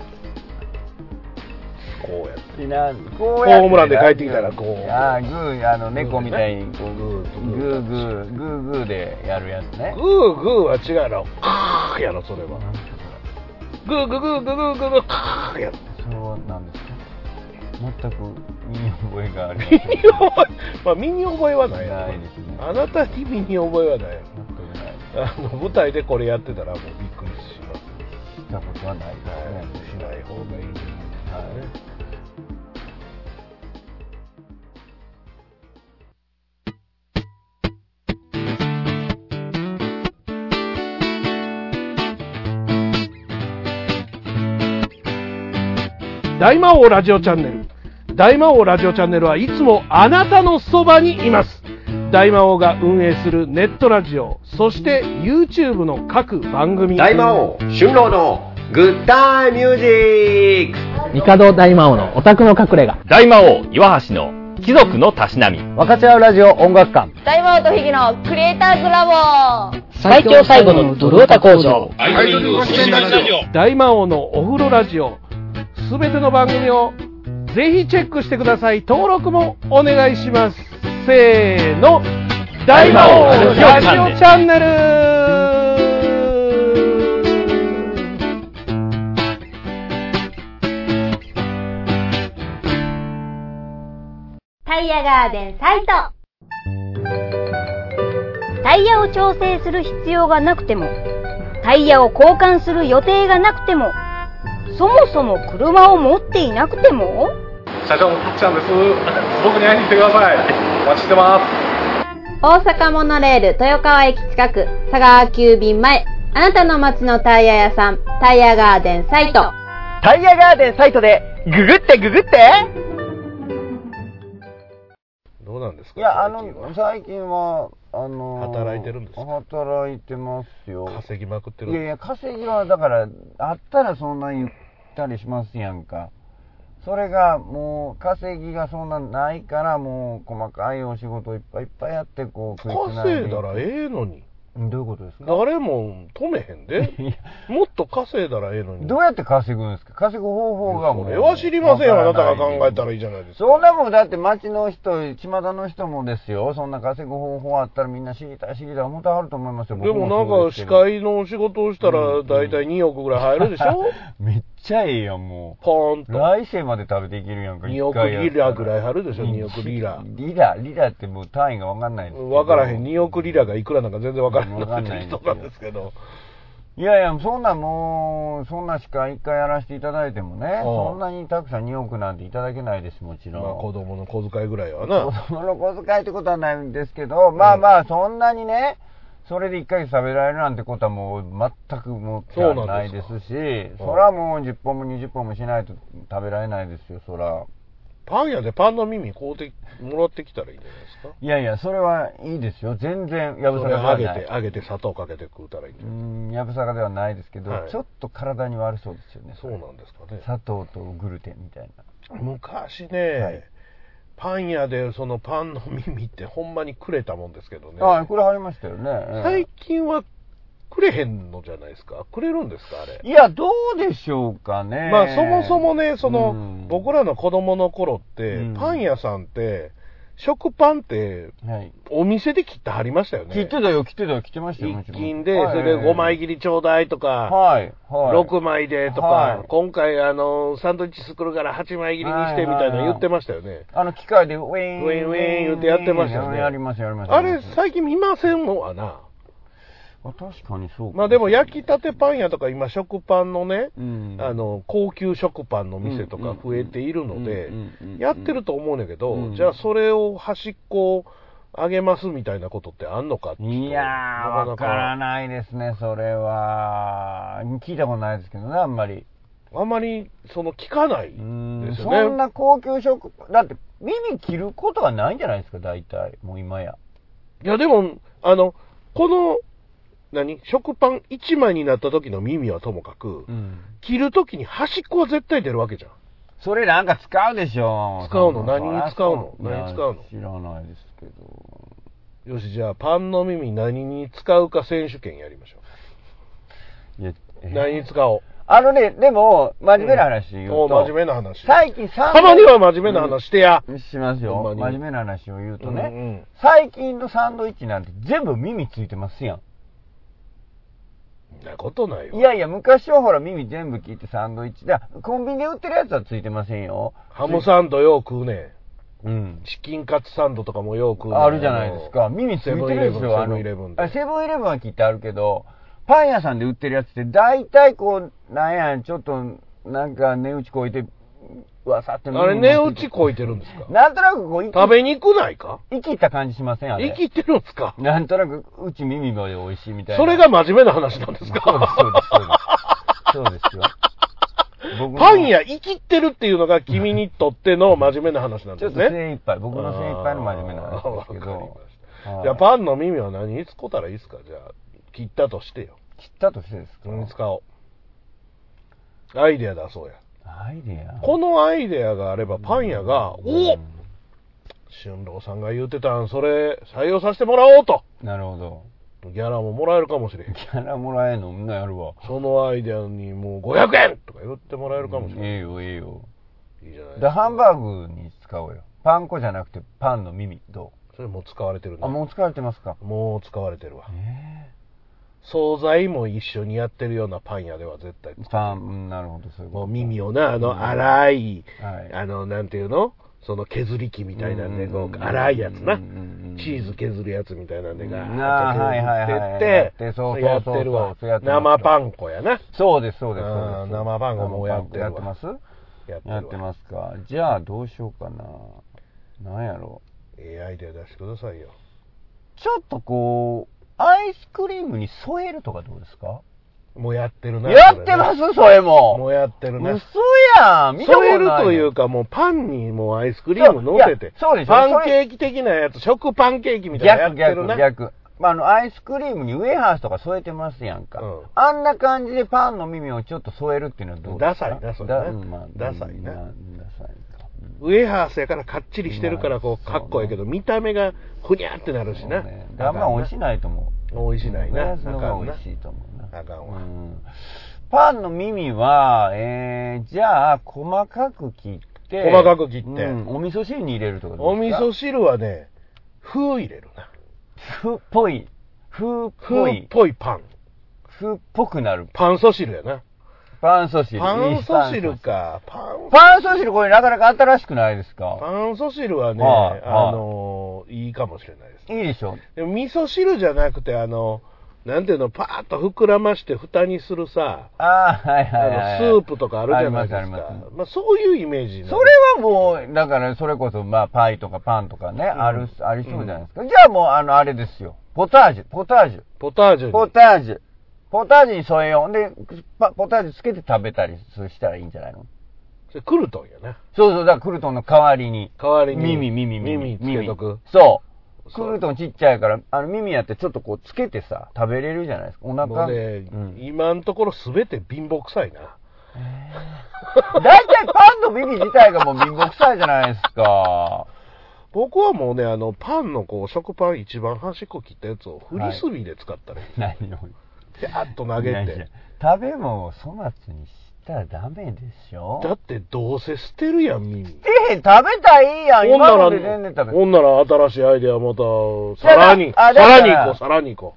[SPEAKER 2] こうやって
[SPEAKER 1] 違うこ
[SPEAKER 2] ホームランで帰ってきたらこう
[SPEAKER 1] ああグーあの猫みたいにこう
[SPEAKER 2] グー
[SPEAKER 1] グーグーグーグーでやるやつね
[SPEAKER 2] グーグーは違うやろカーやろそれはグーグーグーグーグーグーグーカーやろ
[SPEAKER 1] それは何ですか全く身に覚えがありま
[SPEAKER 2] 身
[SPEAKER 1] せん
[SPEAKER 2] に覚え、 *laughs* まあ、身に覚えはないやろ
[SPEAKER 1] ないですね
[SPEAKER 2] あなたに身に覚えはないやろ
[SPEAKER 1] 全くない
[SPEAKER 2] あの舞台でこれやってたらもうびっくりします
[SPEAKER 1] したことはないですね
[SPEAKER 2] しない方がいいですね
[SPEAKER 1] はい
[SPEAKER 2] 大魔王ラジオチャンネル大魔王ラジオチャンネルはいつもあなたのそばにいます大魔王が運営するネットラジオそして YouTube の各番組
[SPEAKER 3] 大魔王春郎のグッタイミュージック
[SPEAKER 4] 帝大魔王のオタクの隠れ家
[SPEAKER 3] 大魔王岩橋の貴族のたしなみ
[SPEAKER 1] 分かち合うラジオ音楽館
[SPEAKER 5] 大魔王とひぎのクリエイターズラボ
[SPEAKER 4] 最強最後のドルオタ工場
[SPEAKER 2] 大魔王のお風呂ラジオすべての番組をぜひチェックしてください登録もお願いしますせーの大魔王ラジオチャンネル
[SPEAKER 5] タイヤガーデンサイトタイヤを調整する必要がなくてもタイヤを交換する予定がなくてもそもそも車を持っていなくても
[SPEAKER 6] 大阪モノレール豊川駅近く佐川急便前あなたの街のタイヤ屋さんタイヤガーデンサイト
[SPEAKER 1] タイヤガーデンサイトでググってググって
[SPEAKER 2] どうなんですか
[SPEAKER 1] いやあ
[SPEAKER 2] 最近は
[SPEAKER 1] の最近はあのー
[SPEAKER 2] 働いてるんですか
[SPEAKER 1] 働いてますよ
[SPEAKER 2] 稼ぎまくって
[SPEAKER 1] いやい
[SPEAKER 2] る
[SPEAKER 1] や稼ぎはだからあったらそんなにゆったりしますやんかそれがもう稼ぎがそんなないからもう細かいお仕事いっぱいいっぱいやってこう食いつないで
[SPEAKER 2] 稼いだらええのに
[SPEAKER 1] どういうことですか
[SPEAKER 2] 誰も止めへんで
[SPEAKER 1] いや
[SPEAKER 2] もっと稼いだらええのに
[SPEAKER 1] どうやって稼ぐんですか稼ぐ方法がもう
[SPEAKER 2] それは知りませんよあな
[SPEAKER 1] わか
[SPEAKER 2] た
[SPEAKER 1] ら
[SPEAKER 2] が
[SPEAKER 1] い
[SPEAKER 2] 考えたらいいじゃないですか
[SPEAKER 1] そんなもんだって町の人、島田の人もですよ、そんな稼ぐ方法あったらみんな知りたい、知りたい、思ってはると思いますよ、
[SPEAKER 2] でもなんか司
[SPEAKER 1] い
[SPEAKER 2] 会のお仕事をしたら大体2億ぐらい入るでしょ
[SPEAKER 1] めっちゃええやん、も
[SPEAKER 2] ポーン
[SPEAKER 1] う。
[SPEAKER 2] と
[SPEAKER 1] 来世まで食べていけるやんか、
[SPEAKER 2] 2億リラぐらい入るでしょ2億リラ
[SPEAKER 1] リラ、リラってもう単位がわかんないですけど
[SPEAKER 2] 分からへん2億リラがいくらなんか全然分からへん
[SPEAKER 1] わかんない
[SPEAKER 2] 適当なんですけど
[SPEAKER 1] いやいや、そんなもう、そんな司会一回やらせていただいてもね、
[SPEAKER 2] ん
[SPEAKER 1] そんなにたくさん2億なんていただけないです、もちろん。
[SPEAKER 2] まあ子供の小遣いぐらい
[SPEAKER 1] 子
[SPEAKER 2] はな
[SPEAKER 1] 供の小遣いってことはないんですけど、まあまあ、そんなにね、それで1ヶ月食べられるなんてことはもう全くもう
[SPEAKER 2] そう
[SPEAKER 1] な
[SPEAKER 2] ないん
[SPEAKER 1] で
[SPEAKER 2] です
[SPEAKER 1] し、
[SPEAKER 2] す
[SPEAKER 1] そらもう10本も20本もしないと食べられないですよ、そら。
[SPEAKER 2] パン屋でパンの耳こうてもらってきたらいいんじゃないですか
[SPEAKER 1] いやいや、それはいいですよ。全然、やぶ
[SPEAKER 2] そ
[SPEAKER 1] さ
[SPEAKER 2] れ
[SPEAKER 1] か
[SPEAKER 2] 揚
[SPEAKER 1] で
[SPEAKER 2] げ
[SPEAKER 1] はない
[SPEAKER 2] て。揚げて砂糖かけて食うたらいいんじ
[SPEAKER 1] う
[SPEAKER 2] ゃない
[SPEAKER 1] ん、やぶさかではないですけど、
[SPEAKER 2] はい
[SPEAKER 1] ちょっと体に悪そうですよね。
[SPEAKER 2] そうなんですかね
[SPEAKER 1] 砂糖とグルテンみたいな。
[SPEAKER 2] 昔ね、
[SPEAKER 1] はい
[SPEAKER 2] パン屋でそのパンの耳ってほんまにくれたもんですけどね
[SPEAKER 1] ああ、これ貼りましたよね。
[SPEAKER 2] 最近はくれへんのじゃないですかくれるんですかあれ
[SPEAKER 1] いや、どうでしょうかね。
[SPEAKER 2] まあそもそもねその、
[SPEAKER 1] うん
[SPEAKER 2] 僕らの子供の頃って、
[SPEAKER 1] うん
[SPEAKER 2] パン屋さんって食パンって
[SPEAKER 1] はい。
[SPEAKER 2] お店で切ってはりましたよね
[SPEAKER 1] 切ってたよ、切ってたよ、切ってましたよ、もち
[SPEAKER 2] 一
[SPEAKER 1] ろん
[SPEAKER 2] 斤で、それで5枚切りちょうだいとか、
[SPEAKER 1] はい、はい。
[SPEAKER 2] 6枚でとか、
[SPEAKER 1] はい
[SPEAKER 2] 今回あの、サンドイッチ作るから8枚切りにしてみたいなの言ってましたよね。
[SPEAKER 1] あの、機械でウィーン。
[SPEAKER 2] ウィーンウィーン言ってやってましたよね
[SPEAKER 1] やりました、やりました。
[SPEAKER 2] あれ、最近見ませんわな。
[SPEAKER 1] あ確かにそうか
[SPEAKER 2] まあでも、焼きたてパン屋とか、今、食パンのね、
[SPEAKER 1] うん
[SPEAKER 2] あの、高級食パンの店とか増えているので
[SPEAKER 1] うんうんうんうんうんうんう、ん
[SPEAKER 2] やってると思うねんだけ
[SPEAKER 1] う
[SPEAKER 2] ど、
[SPEAKER 1] ん
[SPEAKER 2] じゃあそれを端っこあげますみたいなことってあんのかってうと
[SPEAKER 1] いやー、
[SPEAKER 2] な
[SPEAKER 1] わ
[SPEAKER 2] か
[SPEAKER 1] から
[SPEAKER 2] なか、
[SPEAKER 1] ないですね、それは。聞いたことないですけどね、あんまり。
[SPEAKER 2] あんまり、その、聞かないで
[SPEAKER 1] う
[SPEAKER 2] すよ
[SPEAKER 1] ん
[SPEAKER 2] ね。
[SPEAKER 1] そんな高級食、だって、耳切ることはないんじゃないですか、大体。もう今や。
[SPEAKER 2] いや、でも、あの、この、何食パン1枚になった時の耳はともかく、
[SPEAKER 1] ん。
[SPEAKER 2] 切る時に端っこは絶対出るわけじゃん。
[SPEAKER 1] それなんか使うでしょ。
[SPEAKER 2] 使うの
[SPEAKER 1] そ
[SPEAKER 2] 何に使うの
[SPEAKER 1] そりゃ
[SPEAKER 2] 何に使うの
[SPEAKER 1] いや知らないですけど。
[SPEAKER 2] よし、じゃあ、パンの耳何に使うか選手権やりましょ
[SPEAKER 1] いや、え
[SPEAKER 2] う。何に使おう。
[SPEAKER 1] あのね、でも、真面目な話言うと。
[SPEAKER 2] お真面目な話。
[SPEAKER 1] 最近サンド
[SPEAKER 2] たまには真面目な話してや。
[SPEAKER 1] しますよ。
[SPEAKER 2] ほ
[SPEAKER 1] 真
[SPEAKER 2] んまに
[SPEAKER 1] 面目な話を言うと
[SPEAKER 2] う
[SPEAKER 1] ね、
[SPEAKER 2] んうん
[SPEAKER 1] 最近のサンドイッチなんて全部耳ついてますや
[SPEAKER 2] そんなことない
[SPEAKER 1] ん。
[SPEAKER 2] よ。
[SPEAKER 1] いやいや、昔はほら耳全部切ってサンドイッチだ。コンビニで売ってるやつはついてませんよ。
[SPEAKER 2] ハムサンドよう食うね
[SPEAKER 1] うん
[SPEAKER 2] ん。。チキンカツサンドとかもよう食うねん
[SPEAKER 1] あるじゃないですか。耳ついて
[SPEAKER 2] セブンイレ
[SPEAKER 1] る
[SPEAKER 2] ブ
[SPEAKER 1] で
[SPEAKER 2] ン
[SPEAKER 1] しょ、あ
[SPEAKER 2] セ
[SPEAKER 1] の。
[SPEAKER 2] ブンイレブンで
[SPEAKER 1] あセブンイレブンは切ってあるけど、パン屋さんで売ってるやつって大体こう、なんや、ちょっと、なんか値打ち超えて、うわさって
[SPEAKER 2] あれ、値打ち超えてるんですか
[SPEAKER 1] なんとなくこう、
[SPEAKER 2] 食べにくないか
[SPEAKER 1] 生きった感じしませんあれ
[SPEAKER 2] 生きてるんですか
[SPEAKER 1] なんとなくうち耳まで美味しいみたいな
[SPEAKER 2] それが真面目な話なんで
[SPEAKER 1] そうで
[SPEAKER 2] す
[SPEAKER 1] す
[SPEAKER 2] か
[SPEAKER 1] そうですそうですそうですよ僕の
[SPEAKER 2] パンや生きってるっていうのが君にとっての真面目な話なん
[SPEAKER 1] ちょ
[SPEAKER 2] で
[SPEAKER 1] っ
[SPEAKER 2] す
[SPEAKER 1] と
[SPEAKER 2] ね。
[SPEAKER 1] 精一杯僕の精一杯の真面目な話ですけ
[SPEAKER 2] あーわかり
[SPEAKER 1] ど
[SPEAKER 2] まし
[SPEAKER 1] は
[SPEAKER 2] た
[SPEAKER 1] い
[SPEAKER 2] じゃあパンの耳は何に使ったらいいですかじゃあ、切ったとしてよ。
[SPEAKER 1] 切ったとしてですか
[SPEAKER 2] 何に使おう。アイデア出そうや。
[SPEAKER 1] アイデア
[SPEAKER 2] このアイデアがあればパン屋が、お春郎さんが言うてたん、それ採用させてもらおうと。
[SPEAKER 1] なるほど
[SPEAKER 2] ギャラももらえるかもしれへん。
[SPEAKER 1] キャラもらえんのみんなやるわ
[SPEAKER 2] そのアイデアにもう500円とか言ってもらえるかもしれない。
[SPEAKER 1] ええよええよ
[SPEAKER 2] いいじゃないです
[SPEAKER 1] で
[SPEAKER 2] か。
[SPEAKER 1] ハンバーグに使おうよパン粉じゃなくてパンの耳ど
[SPEAKER 2] それもう使われてる
[SPEAKER 1] う
[SPEAKER 2] ね
[SPEAKER 1] あもう使われてますか
[SPEAKER 2] もう使われてるわ。
[SPEAKER 1] え
[SPEAKER 2] 惣菜も一緒にやってるようなパン屋では絶対
[SPEAKER 1] えパンうんなるほどそういう
[SPEAKER 2] も
[SPEAKER 1] こ
[SPEAKER 2] う耳をなあの粗い、
[SPEAKER 1] とはい
[SPEAKER 2] あのなんていうのその削り器みたいなんでこ
[SPEAKER 1] うんうんうん
[SPEAKER 2] う粗いやつな
[SPEAKER 1] うんうんうん
[SPEAKER 2] チーズ削るやつみたいなんでガー
[SPEAKER 1] なあ
[SPEAKER 2] ッと削
[SPEAKER 1] はいはいはいや
[SPEAKER 2] っ
[SPEAKER 1] ってて
[SPEAKER 2] って
[SPEAKER 1] そうそうそう
[SPEAKER 2] やってるわ
[SPEAKER 1] そうやってます
[SPEAKER 2] 生パン粉やな
[SPEAKER 1] そうです、そうです。
[SPEAKER 2] あー
[SPEAKER 1] そうです
[SPEAKER 2] 生パン粉もうやってるわ
[SPEAKER 1] 生パン粉やって
[SPEAKER 2] や
[SPEAKER 1] ますや
[SPEAKER 2] ってる
[SPEAKER 1] って
[SPEAKER 2] わ
[SPEAKER 1] ますか。じゃあ、どうしようかな。なんやろ
[SPEAKER 2] ええアイデア出してくださいよ
[SPEAKER 1] う。ちょっとこう、アイスクリームに添えるとかどうですか
[SPEAKER 2] もうやってるな
[SPEAKER 1] や
[SPEAKER 2] それ
[SPEAKER 1] っ
[SPEAKER 2] ね
[SPEAKER 1] てますそれ
[SPEAKER 2] も
[SPEAKER 1] も。
[SPEAKER 2] うやってるな
[SPEAKER 1] 嘘やん見たこと
[SPEAKER 2] 添
[SPEAKER 1] ない。
[SPEAKER 2] えるというかもうパンにもうアイスクリーム乗せて
[SPEAKER 1] そういやそうでしょ
[SPEAKER 2] パンケーキ的なやつ食パンケーキみたいなのやっ
[SPEAKER 1] 逆、
[SPEAKER 2] てるな
[SPEAKER 1] 逆、逆。まあ、あの、アイスクリームにウェハースとか添えてますやんか。
[SPEAKER 2] うん
[SPEAKER 1] あんな感じでパンの耳をちょっと添えるっていうのはどうですか
[SPEAKER 2] ダサいなそれ
[SPEAKER 1] だ
[SPEAKER 2] な
[SPEAKER 1] うんまあ
[SPEAKER 2] ダサいな
[SPEAKER 1] まあダサいか。うん
[SPEAKER 2] ウェハースやからかっちりしてるからこう
[SPEAKER 1] まあ
[SPEAKER 2] かっこいいけど見た目がふにゃってなるしな、
[SPEAKER 1] そうねであんま美味しないと思う。
[SPEAKER 2] 美味しないな
[SPEAKER 1] フランスの方が美
[SPEAKER 2] な
[SPEAKER 1] 味しいと思うな。
[SPEAKER 2] あかんわ
[SPEAKER 1] うんパンの耳は、えー、じゃあ、細かく切って。
[SPEAKER 2] 細かく切って
[SPEAKER 1] うんお味噌汁に入れるとかど
[SPEAKER 2] お
[SPEAKER 1] うで
[SPEAKER 2] 味
[SPEAKER 1] すか
[SPEAKER 2] 噌汁はね風入れるな
[SPEAKER 1] 風っぽい。風っぽ
[SPEAKER 2] 風っ
[SPEAKER 1] い。
[SPEAKER 2] ぽいパン
[SPEAKER 1] 風っぽくなる。
[SPEAKER 2] パン噌汁やな
[SPEAKER 1] パンソ汁。
[SPEAKER 2] パン噌
[SPEAKER 1] イン
[SPEAKER 2] 汁
[SPEAKER 1] スタント
[SPEAKER 2] かパン
[SPEAKER 1] パンソ汁、これなかなか新しくないですか
[SPEAKER 2] パン噌汁はね、
[SPEAKER 1] はいはい
[SPEAKER 2] あのーいいかもしれないです
[SPEAKER 1] いいでしょ
[SPEAKER 2] でも味噌汁じゃなくてあのなんていうのパーッと膨らまして蓋にするさ
[SPEAKER 1] ああ、はい
[SPEAKER 2] あ
[SPEAKER 1] はいはい。
[SPEAKER 2] のスープとかあるじゃないですか
[SPEAKER 1] ありますあります
[SPEAKER 2] まあ、そういうイメージになる
[SPEAKER 1] それはもう、だから、それこそ、まあ、パイとかパンとかね、ある、ありそうじゃないですか。じゃあもう、あの、あれですよ。ポタージュ、ポタージュ、
[SPEAKER 2] ポタージュに
[SPEAKER 1] ポタージュ。ポタージュに添えよう。で、パポタージュつけて食べたりするしたらいいんじゃないの
[SPEAKER 2] それクルトンやね。
[SPEAKER 1] そうそう、だからクルトンの代わりに。
[SPEAKER 2] 代わりに。
[SPEAKER 1] 耳、耳、耳。
[SPEAKER 2] 耳つけとく。
[SPEAKER 1] そう。
[SPEAKER 2] そう
[SPEAKER 1] クルトンちっちゃいから、あの耳やってちょっとこうつけてさ、食べれるじゃないですか。お腹。
[SPEAKER 2] もうね、
[SPEAKER 1] うん
[SPEAKER 2] 今のところ全て貧乏臭いな。
[SPEAKER 1] 大体パンの耳自体がもう貧乏臭いじゃないですか。 *laughs*
[SPEAKER 2] 僕はもうね、あの、パンのこう、食パン一番端っこ切ったやつをフリスビーで使ったらいい。
[SPEAKER 1] 何を
[SPEAKER 2] ピャーっと投げて。
[SPEAKER 1] 食べ物を粗末にしたらダメでしょ
[SPEAKER 2] だってどうせ捨てるやん、耳。
[SPEAKER 1] ええ、食べたいやん。
[SPEAKER 2] ほんな
[SPEAKER 1] 今
[SPEAKER 2] ら
[SPEAKER 1] ので全然食べ
[SPEAKER 2] ほんなら新しいアイデアまた、さらに、
[SPEAKER 1] あ
[SPEAKER 2] さ
[SPEAKER 1] だから
[SPEAKER 2] らに行こう、さらに行こ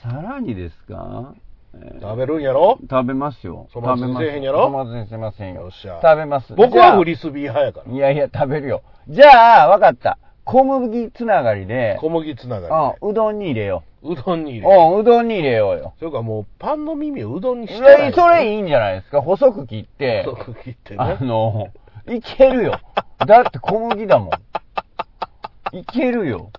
[SPEAKER 1] さらにですか、え
[SPEAKER 2] う。
[SPEAKER 1] ー
[SPEAKER 2] 食べるんやろ
[SPEAKER 1] 食べますよ。
[SPEAKER 2] 粗末にせえへんやろ
[SPEAKER 1] 食べます粗末にせませんよ。
[SPEAKER 2] よっしゃ
[SPEAKER 1] 食べます。
[SPEAKER 2] 僕
[SPEAKER 1] じゃ
[SPEAKER 2] は
[SPEAKER 1] あ
[SPEAKER 2] フリスビー派やか
[SPEAKER 1] いやいや、食べるよ。じゃあ、わかった。小麦つながりで
[SPEAKER 2] ら。、小麦つなが
[SPEAKER 1] うん、うどんに入れよ
[SPEAKER 2] りで。うどんに入
[SPEAKER 1] う。
[SPEAKER 2] れる。
[SPEAKER 1] うん、うどんに入れようよ。
[SPEAKER 2] それかもう、パンの耳をうどんにして
[SPEAKER 1] そ
[SPEAKER 2] ない
[SPEAKER 1] れ、それいいんじゃないですか細く切って、
[SPEAKER 2] 細く切って
[SPEAKER 1] あ
[SPEAKER 2] ね。
[SPEAKER 1] の、いけるよ。だって小麦だもん。いけるよ。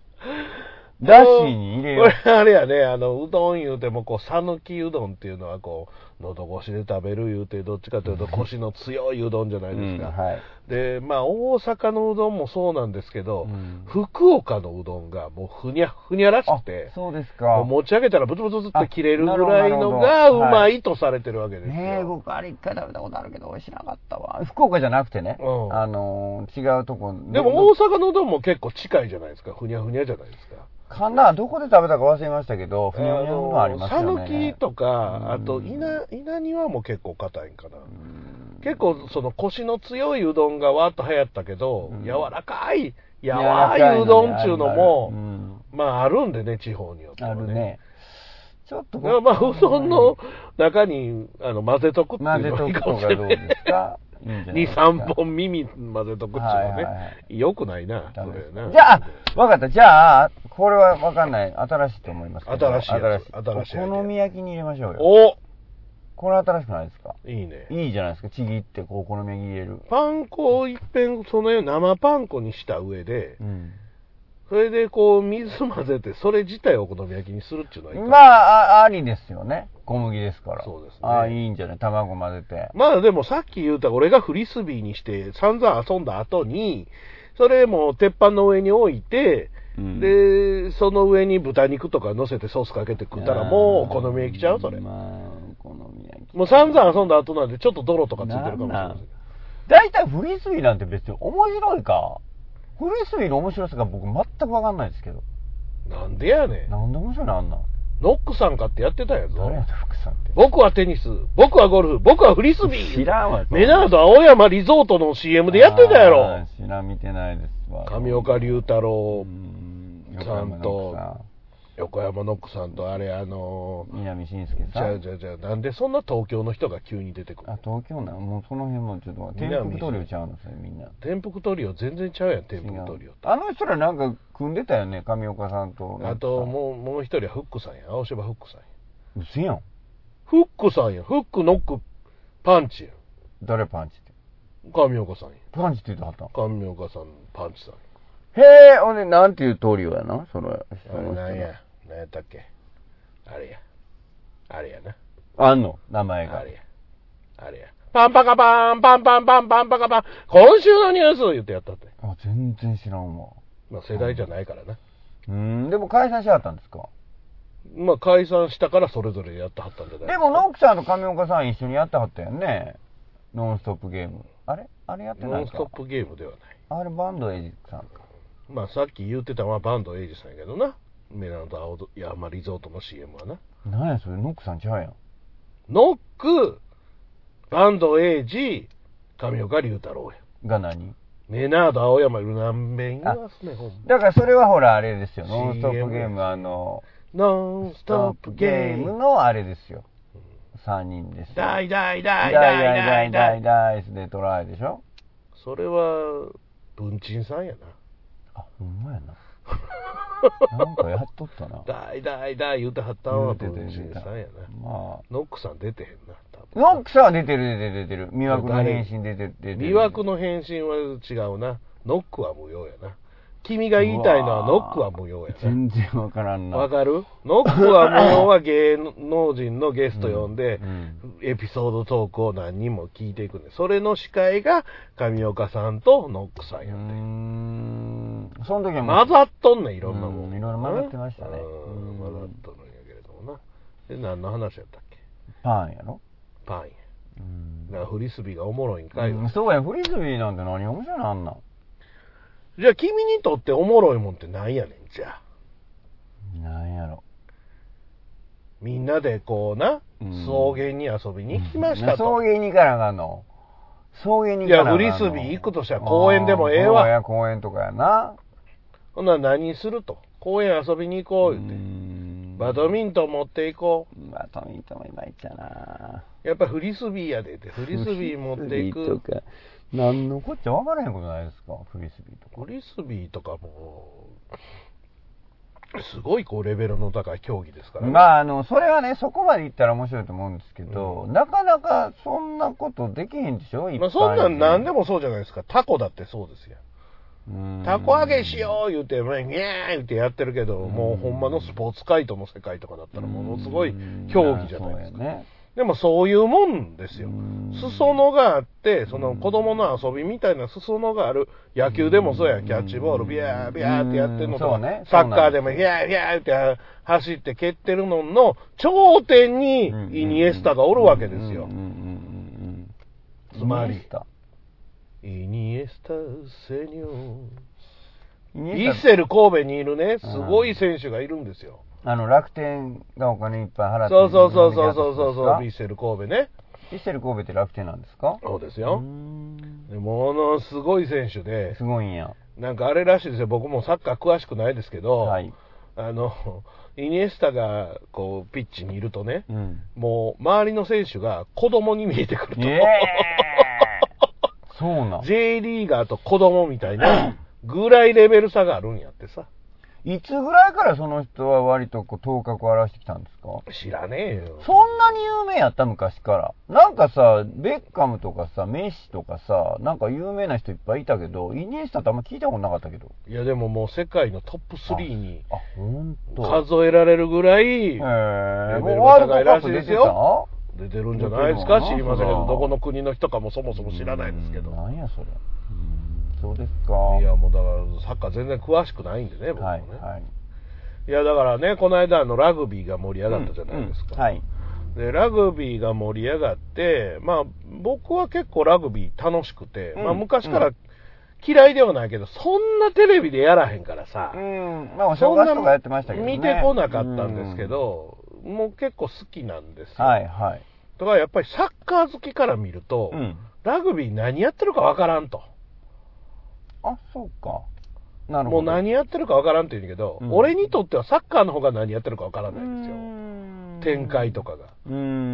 [SPEAKER 1] だしに入れよ
[SPEAKER 2] こ
[SPEAKER 1] う
[SPEAKER 2] れ。あれやね、あの、うどん言うても、こう、さぬきうどんっていうのは、こう、喉越しで食べる言うて、どっちかというと、腰の強いうどんじゃな
[SPEAKER 1] う
[SPEAKER 2] いです
[SPEAKER 1] ん、
[SPEAKER 2] か。
[SPEAKER 1] はい。
[SPEAKER 2] で、まあ、大阪のうどんもそうなんですけ
[SPEAKER 1] う
[SPEAKER 2] ど、
[SPEAKER 1] ん
[SPEAKER 2] 福岡のうどんがもうふにゃふにゃらし
[SPEAKER 1] あ
[SPEAKER 2] くて、、
[SPEAKER 1] そうですか
[SPEAKER 2] もう。持ち上げたらブツブツブツって切れるぐらいの
[SPEAKER 1] あな
[SPEAKER 2] が
[SPEAKER 1] るほ
[SPEAKER 2] う
[SPEAKER 1] どなるほど
[SPEAKER 2] まいとされてるわけですよ。
[SPEAKER 1] ねえ、僕あれ一回食べたことあるけど、美味しなかったわ。福岡じゃなくてね、
[SPEAKER 2] うん
[SPEAKER 1] あのー、違うとこ。
[SPEAKER 2] でも大阪のうどんも結構近いじゃないですか、ふにゃふにゃじゃないですか。
[SPEAKER 1] かなどこで食べたか忘れましたけど、ふにゃふにゃのあります
[SPEAKER 2] さ
[SPEAKER 1] よ
[SPEAKER 2] ぬき
[SPEAKER 1] ね。
[SPEAKER 2] と
[SPEAKER 1] うん
[SPEAKER 2] か、あと稲稲庭も結構硬いんかな。結構その腰の強いうどんがわーっと流行ったけど、
[SPEAKER 1] うん
[SPEAKER 2] 柔らかい、柔
[SPEAKER 1] や
[SPEAKER 2] らかいうどんちゅうのも、
[SPEAKER 1] う
[SPEAKER 2] まああるんでね、地方によって
[SPEAKER 1] ん、あ
[SPEAKER 2] は
[SPEAKER 1] る
[SPEAKER 2] ね。
[SPEAKER 1] ね。ちょっと
[SPEAKER 2] だからまあ、うどんの中にあの混ぜとくって
[SPEAKER 1] 混
[SPEAKER 2] い
[SPEAKER 1] ぜ
[SPEAKER 2] うの
[SPEAKER 1] と
[SPEAKER 2] がいい
[SPEAKER 1] く
[SPEAKER 2] か
[SPEAKER 1] と
[SPEAKER 2] もし
[SPEAKER 1] か
[SPEAKER 2] れ
[SPEAKER 1] ど
[SPEAKER 2] な
[SPEAKER 1] う
[SPEAKER 2] い
[SPEAKER 1] で。す
[SPEAKER 2] *laughs*
[SPEAKER 1] かいいんじゃない
[SPEAKER 2] 2、
[SPEAKER 1] ですか
[SPEAKER 2] 3本耳混ぜとくっていうのは
[SPEAKER 1] はいはいは
[SPEAKER 2] ね、よくないな。
[SPEAKER 1] ダ
[SPEAKER 2] そ
[SPEAKER 1] メ
[SPEAKER 2] れ
[SPEAKER 1] です
[SPEAKER 2] な
[SPEAKER 1] じゃあ、わかった。じゃあ、これはわかんない。新しいと思いますけど。
[SPEAKER 2] 新しいやつ新しいアイデア
[SPEAKER 1] お好み焼きに入れましょうよ。
[SPEAKER 2] お
[SPEAKER 1] これ新しくないですか
[SPEAKER 2] いいね。
[SPEAKER 1] いいじゃないですか。ちぎって、こう、お好み焼き入れる。
[SPEAKER 2] パン粉をいっぺん、そのように生パン粉にした上で、
[SPEAKER 1] うん。
[SPEAKER 2] それでこう水混ぜて、それ自体をお好み焼きにするっていうのはいいかも
[SPEAKER 1] まあ、あありですよね。小麦ですから。
[SPEAKER 2] そうですね
[SPEAKER 1] ああ、いいんじゃない卵混ぜて。
[SPEAKER 2] まあでもさっき言うた俺がフリスビーにして散々遊んだ後に、それも鉄板の上に置いて、
[SPEAKER 1] うん
[SPEAKER 2] で、その上に豚肉とか乗せてソースかけて食ったらもうお好み焼きちゃうそれ。も
[SPEAKER 1] まあ、お好み焼き。
[SPEAKER 2] う散々遊んだ後なんでちょっと泥とかついてるかもしれ
[SPEAKER 1] なん
[SPEAKER 2] ませ
[SPEAKER 1] なん
[SPEAKER 2] ん。
[SPEAKER 1] 大体フリスビーなんて別に面白いか。フリスビーの面白さが僕全くわかんないですけど。
[SPEAKER 2] なんでやねん。
[SPEAKER 1] なんで面白いのあんなん。
[SPEAKER 2] ノックさんかってやってたやぞ
[SPEAKER 1] 誰。やった福さんって。
[SPEAKER 2] 僕はテニス、僕はゴルフ、僕はフリスビー。
[SPEAKER 1] 知らんわ。
[SPEAKER 2] メナード青山リゾートの CM でやってたや
[SPEAKER 1] あ
[SPEAKER 2] ろ
[SPEAKER 1] ー。知らん見てないですわ。
[SPEAKER 2] 上岡龍太郎
[SPEAKER 1] う、ん。
[SPEAKER 2] ちゃんと横山ノックさんとあれ、あの
[SPEAKER 1] 南信介
[SPEAKER 2] ー、ち
[SPEAKER 1] さん。
[SPEAKER 2] ゃうちゃうちゃう、なんでそんな東京の人が急に出てくる
[SPEAKER 1] あ、東京なん、もうその辺もちょっと待って、天
[SPEAKER 2] 南
[SPEAKER 1] 福トリオちゃうんですよ、みんな。
[SPEAKER 2] 天覆トリオ全然ちゃうやん、天
[SPEAKER 1] 違
[SPEAKER 2] 覆
[SPEAKER 1] う
[SPEAKER 2] トリオって。
[SPEAKER 1] あの人らなんか組んでたよね、上岡さんと。
[SPEAKER 2] あと、もう、もう一人はフックさんや。青芝フックさんや。
[SPEAKER 1] う。うせやん。
[SPEAKER 2] フックさんや。フック、ノック、パンチや。
[SPEAKER 1] 誰パンチって。
[SPEAKER 2] 神岡さんや。
[SPEAKER 1] パンチって言ってはったん
[SPEAKER 2] 神岡さん、パンチさんや。
[SPEAKER 1] へえ、ほんで、なんていうトリオやな、その、そ
[SPEAKER 2] あれ
[SPEAKER 1] の人
[SPEAKER 2] なんや。なんやったっけ。あれや。あれやな。
[SPEAKER 1] あんの、名前が。
[SPEAKER 2] あれや。あれや。パンパカパーン、パンパンパンパンパカパン、今週のニュース言ってやったって。
[SPEAKER 1] あ、全然知らんわ。
[SPEAKER 2] まあ世代じゃないからな。
[SPEAKER 1] うん、でも解散しはったんですか
[SPEAKER 2] まあ解散したからそれぞれやってはったんじゃない
[SPEAKER 1] でも、ノックさんと上岡さん一緒にやってはったよね。ノンストップゲーム。あれあれやって
[SPEAKER 2] ノ
[SPEAKER 1] ない
[SPEAKER 2] ン
[SPEAKER 1] か
[SPEAKER 2] ストップゲームではない。
[SPEAKER 1] あれ、バンドエイジさんか。
[SPEAKER 2] まあさっき言ってたのはバンドエイジさんやけどな。メラノと青山リゾートの CM はな。
[SPEAKER 1] なんやそれ、ノックさんちゃうやん。
[SPEAKER 2] ノック、バンドエイジ、神岡龍太郎や。
[SPEAKER 1] が何
[SPEAKER 2] メナード青山ルナンベン言わすね、ほんま。
[SPEAKER 1] だからそれはほら、あれですよ。ノンストッ
[SPEAKER 2] CM
[SPEAKER 1] プゲーム、あの、
[SPEAKER 2] ノンストップゲーム。
[SPEAKER 1] のあれですよ。3人ですよ。
[SPEAKER 2] ダイダイ
[SPEAKER 1] ダイ
[SPEAKER 2] ダイ
[SPEAKER 1] ダイ
[SPEAKER 2] ダ
[SPEAKER 1] ダ
[SPEAKER 2] イ
[SPEAKER 1] イ
[SPEAKER 2] ダ
[SPEAKER 1] ダ
[SPEAKER 2] イ
[SPEAKER 1] イダイスでトライでしょ
[SPEAKER 2] それは、文鎮さんやな。
[SPEAKER 1] あ、ほんまやな。なんかやっとったな。
[SPEAKER 2] だいだいだい言うてはったんは
[SPEAKER 1] 言うてた
[SPEAKER 2] 文鎮さんやな。
[SPEAKER 1] まあ。
[SPEAKER 2] ノックさん出てへんな、多分。
[SPEAKER 1] ノックさんは出てる、出てる、出てる。魅惑の変身出てる、出てる。
[SPEAKER 2] 魅惑の変身は違うな。ノックは無用やな。君が言いたいのはノックは無用やね。
[SPEAKER 1] 全然わからんな。
[SPEAKER 2] わかるノックは無用は芸能人のゲスト呼んで
[SPEAKER 1] う、ん
[SPEAKER 2] エピソードトークを何人も聞いていくね。それの司会が上岡さんとノックさん
[SPEAKER 1] うー
[SPEAKER 2] やね。
[SPEAKER 1] ん。その時はもう
[SPEAKER 2] 混ざっとんねんいろんなも。
[SPEAKER 1] うんんいろいろ混ざってましたね
[SPEAKER 2] うん
[SPEAKER 1] うん
[SPEAKER 2] 混ざっとるんやけれどもな。で、何の話やったっけ
[SPEAKER 1] パンやろ
[SPEAKER 2] パンや。
[SPEAKER 1] うん
[SPEAKER 2] なフリスビーがおもろいんかいわ
[SPEAKER 1] うんそうや、フリスビーなんて何が面白いのあんなん。
[SPEAKER 2] じゃあ君にとっておもろいもんってなんやねん、じゃあ。
[SPEAKER 1] なんやろ。
[SPEAKER 2] みんなでこうな、
[SPEAKER 1] うん
[SPEAKER 2] 草原に遊びに行きました
[SPEAKER 1] 草
[SPEAKER 2] と。
[SPEAKER 1] 原に行かなあかんの。草原に行かなあかんの。
[SPEAKER 2] いやフリスビー行くとしたら公園でもええ
[SPEAKER 1] あ
[SPEAKER 2] わ
[SPEAKER 1] ーそうや、公園とかやな。
[SPEAKER 2] ほんなら何すると。公園遊びに行こう言って。バドミ
[SPEAKER 1] ン
[SPEAKER 2] ントン持って行こう。
[SPEAKER 1] バドミントンもいまいちゃな。
[SPEAKER 2] やっぱフリスビーやでって。フリスビー持ってい
[SPEAKER 1] フリスビー
[SPEAKER 2] く。
[SPEAKER 1] とか。何のこっちゃ分からへんことないですかフリスビーとか。
[SPEAKER 2] フリスビーとかも、すごいこうレベルの高い競技ですからね。
[SPEAKER 1] まあ、あの、それはね、そこまで行ったら面白いと思うんですけど、なかなかそんなことできへんでしょ一般
[SPEAKER 2] まあそんなん何でもそうじゃないですか。タコだってそうですよ。
[SPEAKER 1] うん
[SPEAKER 2] タコ揚げしよう言うて、まあにゃー言うてやってるけど、もうほんまのスポーツ界との世界とかだったらものすごい競技じゃないですか。
[SPEAKER 1] うんそうやね。
[SPEAKER 2] でもそういうもんですよ
[SPEAKER 1] ん。
[SPEAKER 2] 裾野があって、その子供の遊びみたいな裾野がある。野球でもそうや、キャッチボール、ビャービャーってやってるのと
[SPEAKER 1] う
[SPEAKER 2] か、
[SPEAKER 1] んそうね
[SPEAKER 2] サッカーでもビャービャーって走って蹴ってるのの頂点にイニエスタがおるわけですよ
[SPEAKER 1] うんうん。うんうん
[SPEAKER 2] つまり
[SPEAKER 1] イニエスタ
[SPEAKER 2] イニエスタ、セニョ
[SPEAKER 1] イ
[SPEAKER 2] ー。
[SPEAKER 1] ニ
[SPEAKER 2] イ
[SPEAKER 1] エ
[SPEAKER 2] ッ
[SPEAKER 1] スタ
[SPEAKER 2] セル神戸にいるね、すごい選手がいるんですよ。
[SPEAKER 1] あの楽天がお金いっぱい払って
[SPEAKER 2] そうそうそうそうそうそうそう、ヴィッ
[SPEAKER 1] ビ
[SPEAKER 2] セル神戸ね。
[SPEAKER 1] ッセル神戸って楽天なんですか
[SPEAKER 2] そうです
[SPEAKER 1] う
[SPEAKER 2] よ。
[SPEAKER 1] ん、
[SPEAKER 2] でものすごい選手です
[SPEAKER 1] ごいんや
[SPEAKER 2] なんかあれらしいですよ、僕もサッカー詳しくないですけど、
[SPEAKER 1] はい、
[SPEAKER 2] あの、イニエスタがこうピッチにいるとね、
[SPEAKER 1] うん、
[SPEAKER 2] もう周りの選手が子供に見えてくると。
[SPEAKER 1] ええそうなん
[SPEAKER 2] *laughs* J リーガーと子供みたいなぐらいレベル差があるんやってさ。
[SPEAKER 1] いつぐらいからその人は割とこう頭角を現してきたんですか
[SPEAKER 2] 知らねえよ。
[SPEAKER 1] そんなに有名やった昔から。なんかさ、ベッカムとかさ、メッシとかさ、なんか有名な人いっぱいいたけど、イニエスタってあんま聞いたことなかったけど。
[SPEAKER 2] いやでももう世界のトップ3に
[SPEAKER 1] あ、ほんと。
[SPEAKER 2] 数えられるぐらい
[SPEAKER 1] へー
[SPEAKER 2] レ
[SPEAKER 1] も
[SPEAKER 2] ベ
[SPEAKER 1] う
[SPEAKER 2] ル
[SPEAKER 1] ワー
[SPEAKER 2] が
[SPEAKER 1] ル
[SPEAKER 2] 高
[SPEAKER 1] ドカッ
[SPEAKER 2] いらし
[SPEAKER 1] プ
[SPEAKER 2] い
[SPEAKER 1] 出
[SPEAKER 2] です
[SPEAKER 1] てた
[SPEAKER 2] よ出てるんじゃないですか知りませんけど、どこの国の人かもそもそも知らないですけど。
[SPEAKER 1] なんやそれ。うんそうですか。
[SPEAKER 2] いやもうだからサッカー全然詳しくないんでね、僕も
[SPEAKER 1] はい、
[SPEAKER 2] ね。
[SPEAKER 1] はい。
[SPEAKER 2] いやだからね、この間あのラグビーが盛り上がったじゃないです
[SPEAKER 1] う
[SPEAKER 2] か、
[SPEAKER 1] んうんはい。
[SPEAKER 2] でラグビーが盛り上がって、まあ、僕は結構ラグビー楽しくて、
[SPEAKER 1] うん
[SPEAKER 2] まあ、昔か
[SPEAKER 1] う
[SPEAKER 2] ら嫌いではないけど、そんなテレビでやらへんからさ、
[SPEAKER 1] うん。まあ、お正
[SPEAKER 2] そんな
[SPEAKER 1] 月とかやってましたけどね。
[SPEAKER 2] 見てこなかったんですけど、もう結構好きなんです
[SPEAKER 1] うん。
[SPEAKER 2] よ。
[SPEAKER 1] はい、はい。
[SPEAKER 2] だからやっぱりサッカー好きから見ると、
[SPEAKER 1] うん。
[SPEAKER 2] ラグビー何やってるかわからんと。
[SPEAKER 1] あ、そうか。なるほ
[SPEAKER 2] も
[SPEAKER 1] ど。
[SPEAKER 2] う何やってるかわからんって言うんだけど、
[SPEAKER 1] うん
[SPEAKER 2] 俺にとってはサッカーの方が何やってるかわからないんですよ。展開とかが。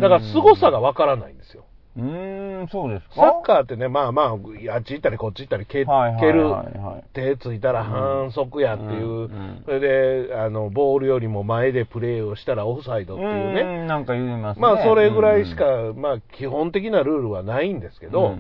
[SPEAKER 2] だから凄さがわからないんですよ。
[SPEAKER 1] うーん、そうですか。
[SPEAKER 2] サッカーってね、まあまあ、あっち行ったりこっち行ったり蹴,、
[SPEAKER 1] はいはいはいはい
[SPEAKER 2] 蹴る、手ついたら反則やっていう、
[SPEAKER 1] うんうん
[SPEAKER 2] それであのボールよりも前でプレーをしたらオフサイドっていうね、
[SPEAKER 1] んなんか言いますね。
[SPEAKER 2] まあそれぐらいしか、まあ基本的なルールはないんですけ
[SPEAKER 1] け
[SPEAKER 2] ど、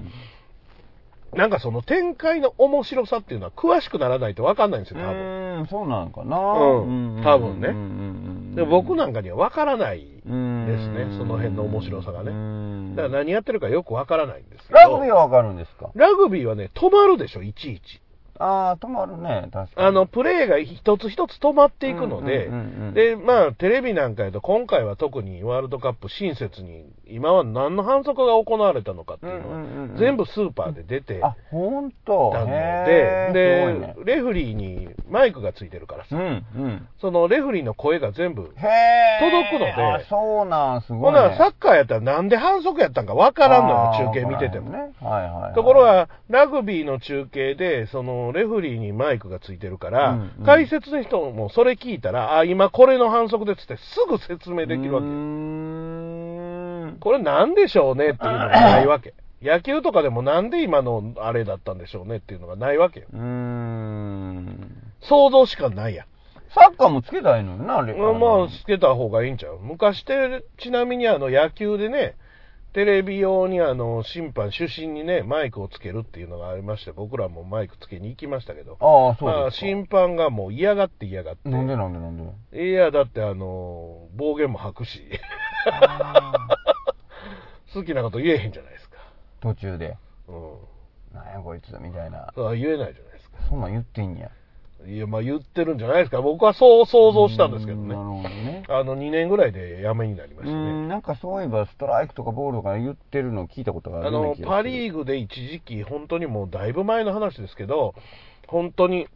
[SPEAKER 2] なんかその展開の面白さっていうのは詳しくならないと分かんないんですよ、多分。
[SPEAKER 1] 分。そうなのかな。
[SPEAKER 2] うん多分ね
[SPEAKER 1] ね
[SPEAKER 2] で僕なんんかには分からない。
[SPEAKER 1] で
[SPEAKER 2] ですねその辺の面白さがねだ
[SPEAKER 1] ね
[SPEAKER 2] から何やってるかよく分からないんですけど。
[SPEAKER 1] ラグビーはわかるんですか
[SPEAKER 2] ラグビーはね、止まるでしょ、いちいち。
[SPEAKER 1] ああ、止まるね、確かに。
[SPEAKER 2] あの、プレーが一つ一つ止まっていくので
[SPEAKER 1] うんうんうんうん、
[SPEAKER 2] で、まあ、テレビなんかやと、今回は特にワールドカップ親切に、今は何の反則が行われたのかっていう
[SPEAKER 1] うんうんうん
[SPEAKER 2] の
[SPEAKER 1] う
[SPEAKER 2] は、
[SPEAKER 1] ん
[SPEAKER 2] 全部スーパーで出て
[SPEAKER 1] あ
[SPEAKER 2] た、
[SPEAKER 1] ほんと。
[SPEAKER 2] の
[SPEAKER 1] へー
[SPEAKER 2] で、で、
[SPEAKER 1] すごいね
[SPEAKER 2] レフェリーにマイクがついてるから
[SPEAKER 1] う
[SPEAKER 2] さ、
[SPEAKER 1] ん、うん。
[SPEAKER 2] そのレフェリーの声が全部、
[SPEAKER 1] へえ。
[SPEAKER 2] 届くので
[SPEAKER 1] あ、そうなん、すご
[SPEAKER 2] ほ
[SPEAKER 1] いね。
[SPEAKER 2] な、サッカーやったらなんで反則やったんかわからんのよ、中継見てても。
[SPEAKER 1] あーわからんよね。はいはいはい。
[SPEAKER 2] ところが、ラグビーの中継で、そのレフリーにマイクがついてるから、
[SPEAKER 1] うんうん
[SPEAKER 2] 解説の人もそれ聞いたら、あ、今これの反則ですってすぐ説明できるわけ
[SPEAKER 1] うー。ん
[SPEAKER 2] これなんでしょうねっていうのがないわ
[SPEAKER 1] *laughs*
[SPEAKER 2] け。野球とかでもなんで今のあれだったんでしょうねっていうのがないわけよ。
[SPEAKER 1] うーん。
[SPEAKER 2] 想像しかないやん。
[SPEAKER 1] サッカーもつけたらいいのにな、あれ。
[SPEAKER 2] まあ、つけた方がいいんちゃう昔って、ちなみにあの野球でね、テレビ用にあの審判、主審にね、マイクをつけるっていうのがありまして、僕らもマイクつけに行きましたけど、
[SPEAKER 1] ああ、
[SPEAKER 2] ま
[SPEAKER 1] そう
[SPEAKER 2] あ、
[SPEAKER 1] ですか。
[SPEAKER 2] 審判がもう嫌がって嫌がって、
[SPEAKER 1] なんでなんでなんで。
[SPEAKER 2] いや、だってあの、暴言も吐くし、 *laughs* 好きなこと言えへんじゃないですか。
[SPEAKER 1] 途中で、
[SPEAKER 2] う
[SPEAKER 1] なんやこいつみたいな。
[SPEAKER 2] ん。あ言えないじゃないですか。
[SPEAKER 1] そんなん言ってんや。
[SPEAKER 2] いや、まあ言ってるんじゃないですか。僕はそう想像したんですけど
[SPEAKER 1] うーなる
[SPEAKER 2] ね。
[SPEAKER 1] ほどね。
[SPEAKER 2] あの、2年ぐらいでやめになりま
[SPEAKER 1] う
[SPEAKER 2] したね。
[SPEAKER 1] ん、なんかそういえばストライクとかボールとか言ってるの聞いたことがある
[SPEAKER 2] あの、パ
[SPEAKER 1] ー
[SPEAKER 2] リーグで一時期、本当にもうだいぶ前の話ですけど、本当に、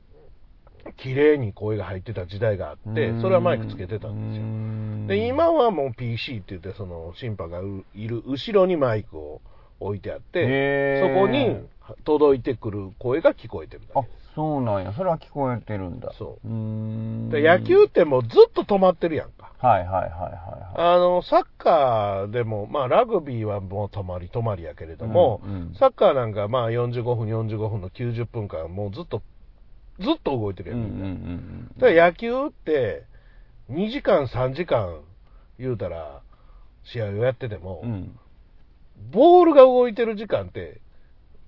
[SPEAKER 2] 綺麗に声が入ってた時代があって、それはマイクつけてたんですよ。
[SPEAKER 1] よ
[SPEAKER 2] で、今はもう PC って言って、その審判がういる後ろにマイクを置いてあって、
[SPEAKER 1] へ
[SPEAKER 2] そ
[SPEAKER 1] ー
[SPEAKER 2] こに届いてくる声が聞こえてるだ
[SPEAKER 1] あ
[SPEAKER 2] けで
[SPEAKER 1] そうなんやそれは聞こえてるんだ
[SPEAKER 2] そう
[SPEAKER 1] うーん
[SPEAKER 2] すで野球ってもうずっと止まってるやんか。
[SPEAKER 1] はいはいはいはいはい
[SPEAKER 2] あの、サッカーでも、まあラグビーはもう止まり止まりやけれども、
[SPEAKER 1] うんうん
[SPEAKER 2] サッカーなんかまあ45分45分の90分間もうずっと、ずっと動いてる
[SPEAKER 1] う
[SPEAKER 2] や。
[SPEAKER 1] んうんんうん
[SPEAKER 2] だから野球って2時間3時間言うたら試合をやってても、
[SPEAKER 1] うんうん
[SPEAKER 2] ボールが動いてる時間って、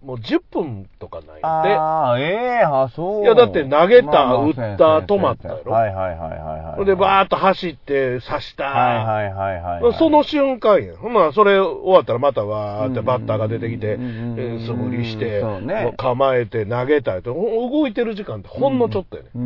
[SPEAKER 2] もう10分とかないや
[SPEAKER 1] ああええあそうい
[SPEAKER 2] いやだって投げた打った止まったやろ
[SPEAKER 1] はいはいはいはいはい
[SPEAKER 2] で。ほんで、バー
[SPEAKER 1] ー
[SPEAKER 2] ッと走って、刺した。
[SPEAKER 1] はいはいはいはいはい
[SPEAKER 2] その瞬間やん。ほんならそれ終わったらまたわーってバッターが出てきて、え
[SPEAKER 1] うんうんうん
[SPEAKER 2] ー素振りして、
[SPEAKER 1] そうね
[SPEAKER 2] もう構えて投げたりと、ほん動いてる時間ってほんのちょっとやね。
[SPEAKER 1] う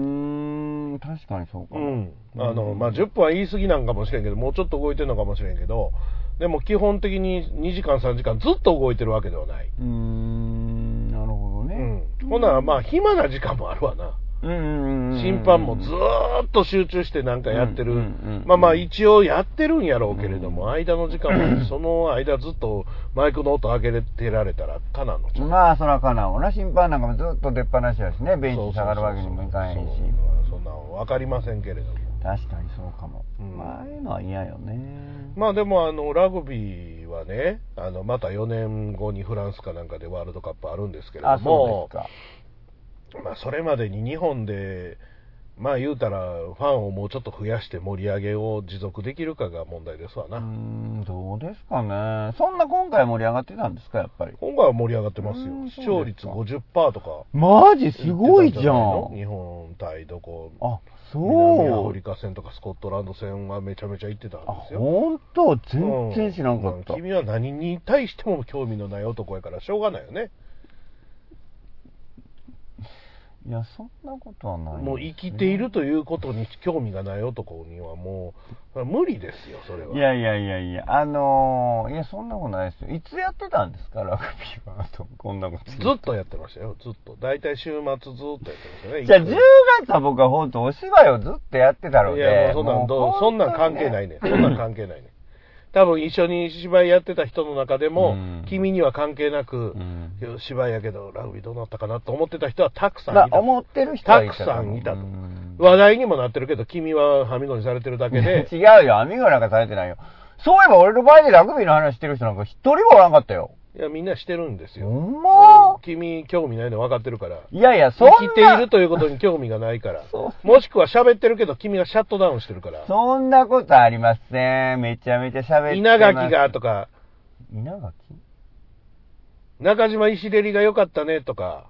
[SPEAKER 1] ーん確かにそうか
[SPEAKER 2] う
[SPEAKER 1] も
[SPEAKER 2] ん。あの、まあ、10分は言い過ぎなんかもしれんけど、もうちょっと動いてるのかもしれんけど、でも基本的に2時間3時間ずっと動いてるわけではない。
[SPEAKER 1] うーんなるほど
[SPEAKER 2] う
[SPEAKER 1] ね
[SPEAKER 2] ん。ほんならまあ、暇な時間もあるわな。
[SPEAKER 1] うんうんうん
[SPEAKER 2] 審判もずーっと集中してなんかやってる、
[SPEAKER 1] うんうんうん
[SPEAKER 2] まあまあ一応やってるんやろうけれども、間の時間もあるその間ずっとマイクの音上げてられたらかなのちゃう
[SPEAKER 1] まあそらかなわな審判なんかもずっと出っ放しやしねベンチ下がるわけにもいかへんし
[SPEAKER 2] そうそうそうそんなん分かりませんけれども
[SPEAKER 1] 確かにそうかも、
[SPEAKER 2] うん
[SPEAKER 1] まあああいうのは嫌よね
[SPEAKER 2] まあでもあのラグビーはねあのまた4年後にフランスかなんかでワールドカップあるんですけれど
[SPEAKER 1] あ
[SPEAKER 2] も
[SPEAKER 1] そうですか
[SPEAKER 2] まあ、それまでに日本で、まあ言うたら、ファンをもうちょっと増やして盛り上げを持続できるかが問題ですわな。
[SPEAKER 1] うーんどうですかねそんな今回盛り上がってたんですかやっぱり
[SPEAKER 2] 今回は盛り上がってます
[SPEAKER 1] う
[SPEAKER 2] よ。
[SPEAKER 1] ん
[SPEAKER 2] 視聴率
[SPEAKER 1] そう
[SPEAKER 2] 50%とか。
[SPEAKER 1] マジすごいじゃ
[SPEAKER 2] 言ってた
[SPEAKER 1] ん
[SPEAKER 2] じゃないの日本対どこ。
[SPEAKER 1] あ
[SPEAKER 2] 南ア
[SPEAKER 1] そ
[SPEAKER 2] フ
[SPEAKER 1] う
[SPEAKER 2] リカ戦とかスコットランド戦はめちゃめちゃ行ってたん
[SPEAKER 1] あ
[SPEAKER 2] ですよ。
[SPEAKER 1] 本当全然知らんかった、
[SPEAKER 2] うん君は何に対しても興味のない男やからしょうがないよね。
[SPEAKER 1] いやそんなことはないですね、
[SPEAKER 2] もう生きているということに興味がない男にはもう、無理ですよ、それは。
[SPEAKER 1] いやいやいやいや、あのー、いや、そんなことないですよ。いつやってたんですか、ラグビーは。とこんなこと。
[SPEAKER 2] ずっとやってましたよ、ずっと。大体週末ずっとやってましたね。
[SPEAKER 1] じゃあ、10月は僕は本当お芝居をずっとやってたの
[SPEAKER 2] い
[SPEAKER 1] で。
[SPEAKER 2] や、もうそんなんどう、
[SPEAKER 1] も
[SPEAKER 2] そんなん関係ないね。そんなん関係ないね。多分一緒に芝居やってた人の中で
[SPEAKER 1] う
[SPEAKER 2] も、
[SPEAKER 1] ん
[SPEAKER 2] 君には関係なく
[SPEAKER 1] う、ん。
[SPEAKER 2] 芝居やけど、ラグビーどうなったかなと思ってた人はたくさん
[SPEAKER 1] ま
[SPEAKER 2] い
[SPEAKER 1] あ、
[SPEAKER 2] た。
[SPEAKER 1] 思ってる人は
[SPEAKER 2] た
[SPEAKER 1] い
[SPEAKER 2] く
[SPEAKER 1] た
[SPEAKER 2] さんいた
[SPEAKER 1] う。
[SPEAKER 2] と
[SPEAKER 1] ん
[SPEAKER 2] 話題にもなってるけど、君ははみごにされてるだけで、
[SPEAKER 1] 違うよ、アミゴなんかされてないよ。そういえば俺の場合でラグビーの話してる人なんか一人もおらんかったよ。
[SPEAKER 2] いや、みんなしてるんです
[SPEAKER 1] ほ
[SPEAKER 2] よ。
[SPEAKER 1] んま
[SPEAKER 2] 君、興味ないの分かってるから。
[SPEAKER 1] いやいや、そん
[SPEAKER 2] 生
[SPEAKER 1] な。
[SPEAKER 2] きているということに興味がないから。もしくは喋ってるけど、君がシャットダウンしてるから。
[SPEAKER 1] そんなことありません。めちゃめちゃ喋って
[SPEAKER 2] 稲
[SPEAKER 1] ます。
[SPEAKER 2] 垣が。とか、
[SPEAKER 1] 稲垣
[SPEAKER 2] 中島石レリが良かったねとか、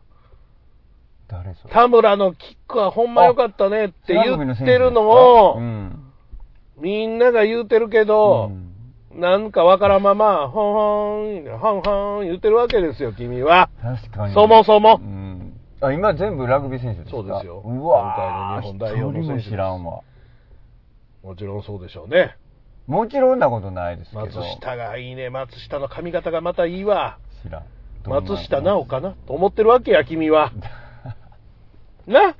[SPEAKER 1] 誰それ
[SPEAKER 2] 田村のキックはほんま良かったねって言ってるの
[SPEAKER 1] う
[SPEAKER 2] を、
[SPEAKER 1] ん。
[SPEAKER 2] みんなが言うてるけ
[SPEAKER 1] う、
[SPEAKER 2] ど
[SPEAKER 1] ん
[SPEAKER 2] なんかわからんまま、ほんほん、ほんほん言ってるわけですよ、君は。
[SPEAKER 1] 確かに。
[SPEAKER 2] そもそも
[SPEAKER 1] う。ん。あ、今全部ラグビー選手ですか
[SPEAKER 2] そうですよ
[SPEAKER 1] うわぁ、
[SPEAKER 2] 今回の日本代表の選手で
[SPEAKER 1] 一
[SPEAKER 2] す
[SPEAKER 1] 人も知らんわ。
[SPEAKER 2] もちろんそうでしょうね。
[SPEAKER 1] もちろんなことないですけど。
[SPEAKER 2] 松下がいいね、松下の髪型がまたいいわ。
[SPEAKER 1] 知らん。
[SPEAKER 2] 松下奈緒かなと思ってるわけや、君は。な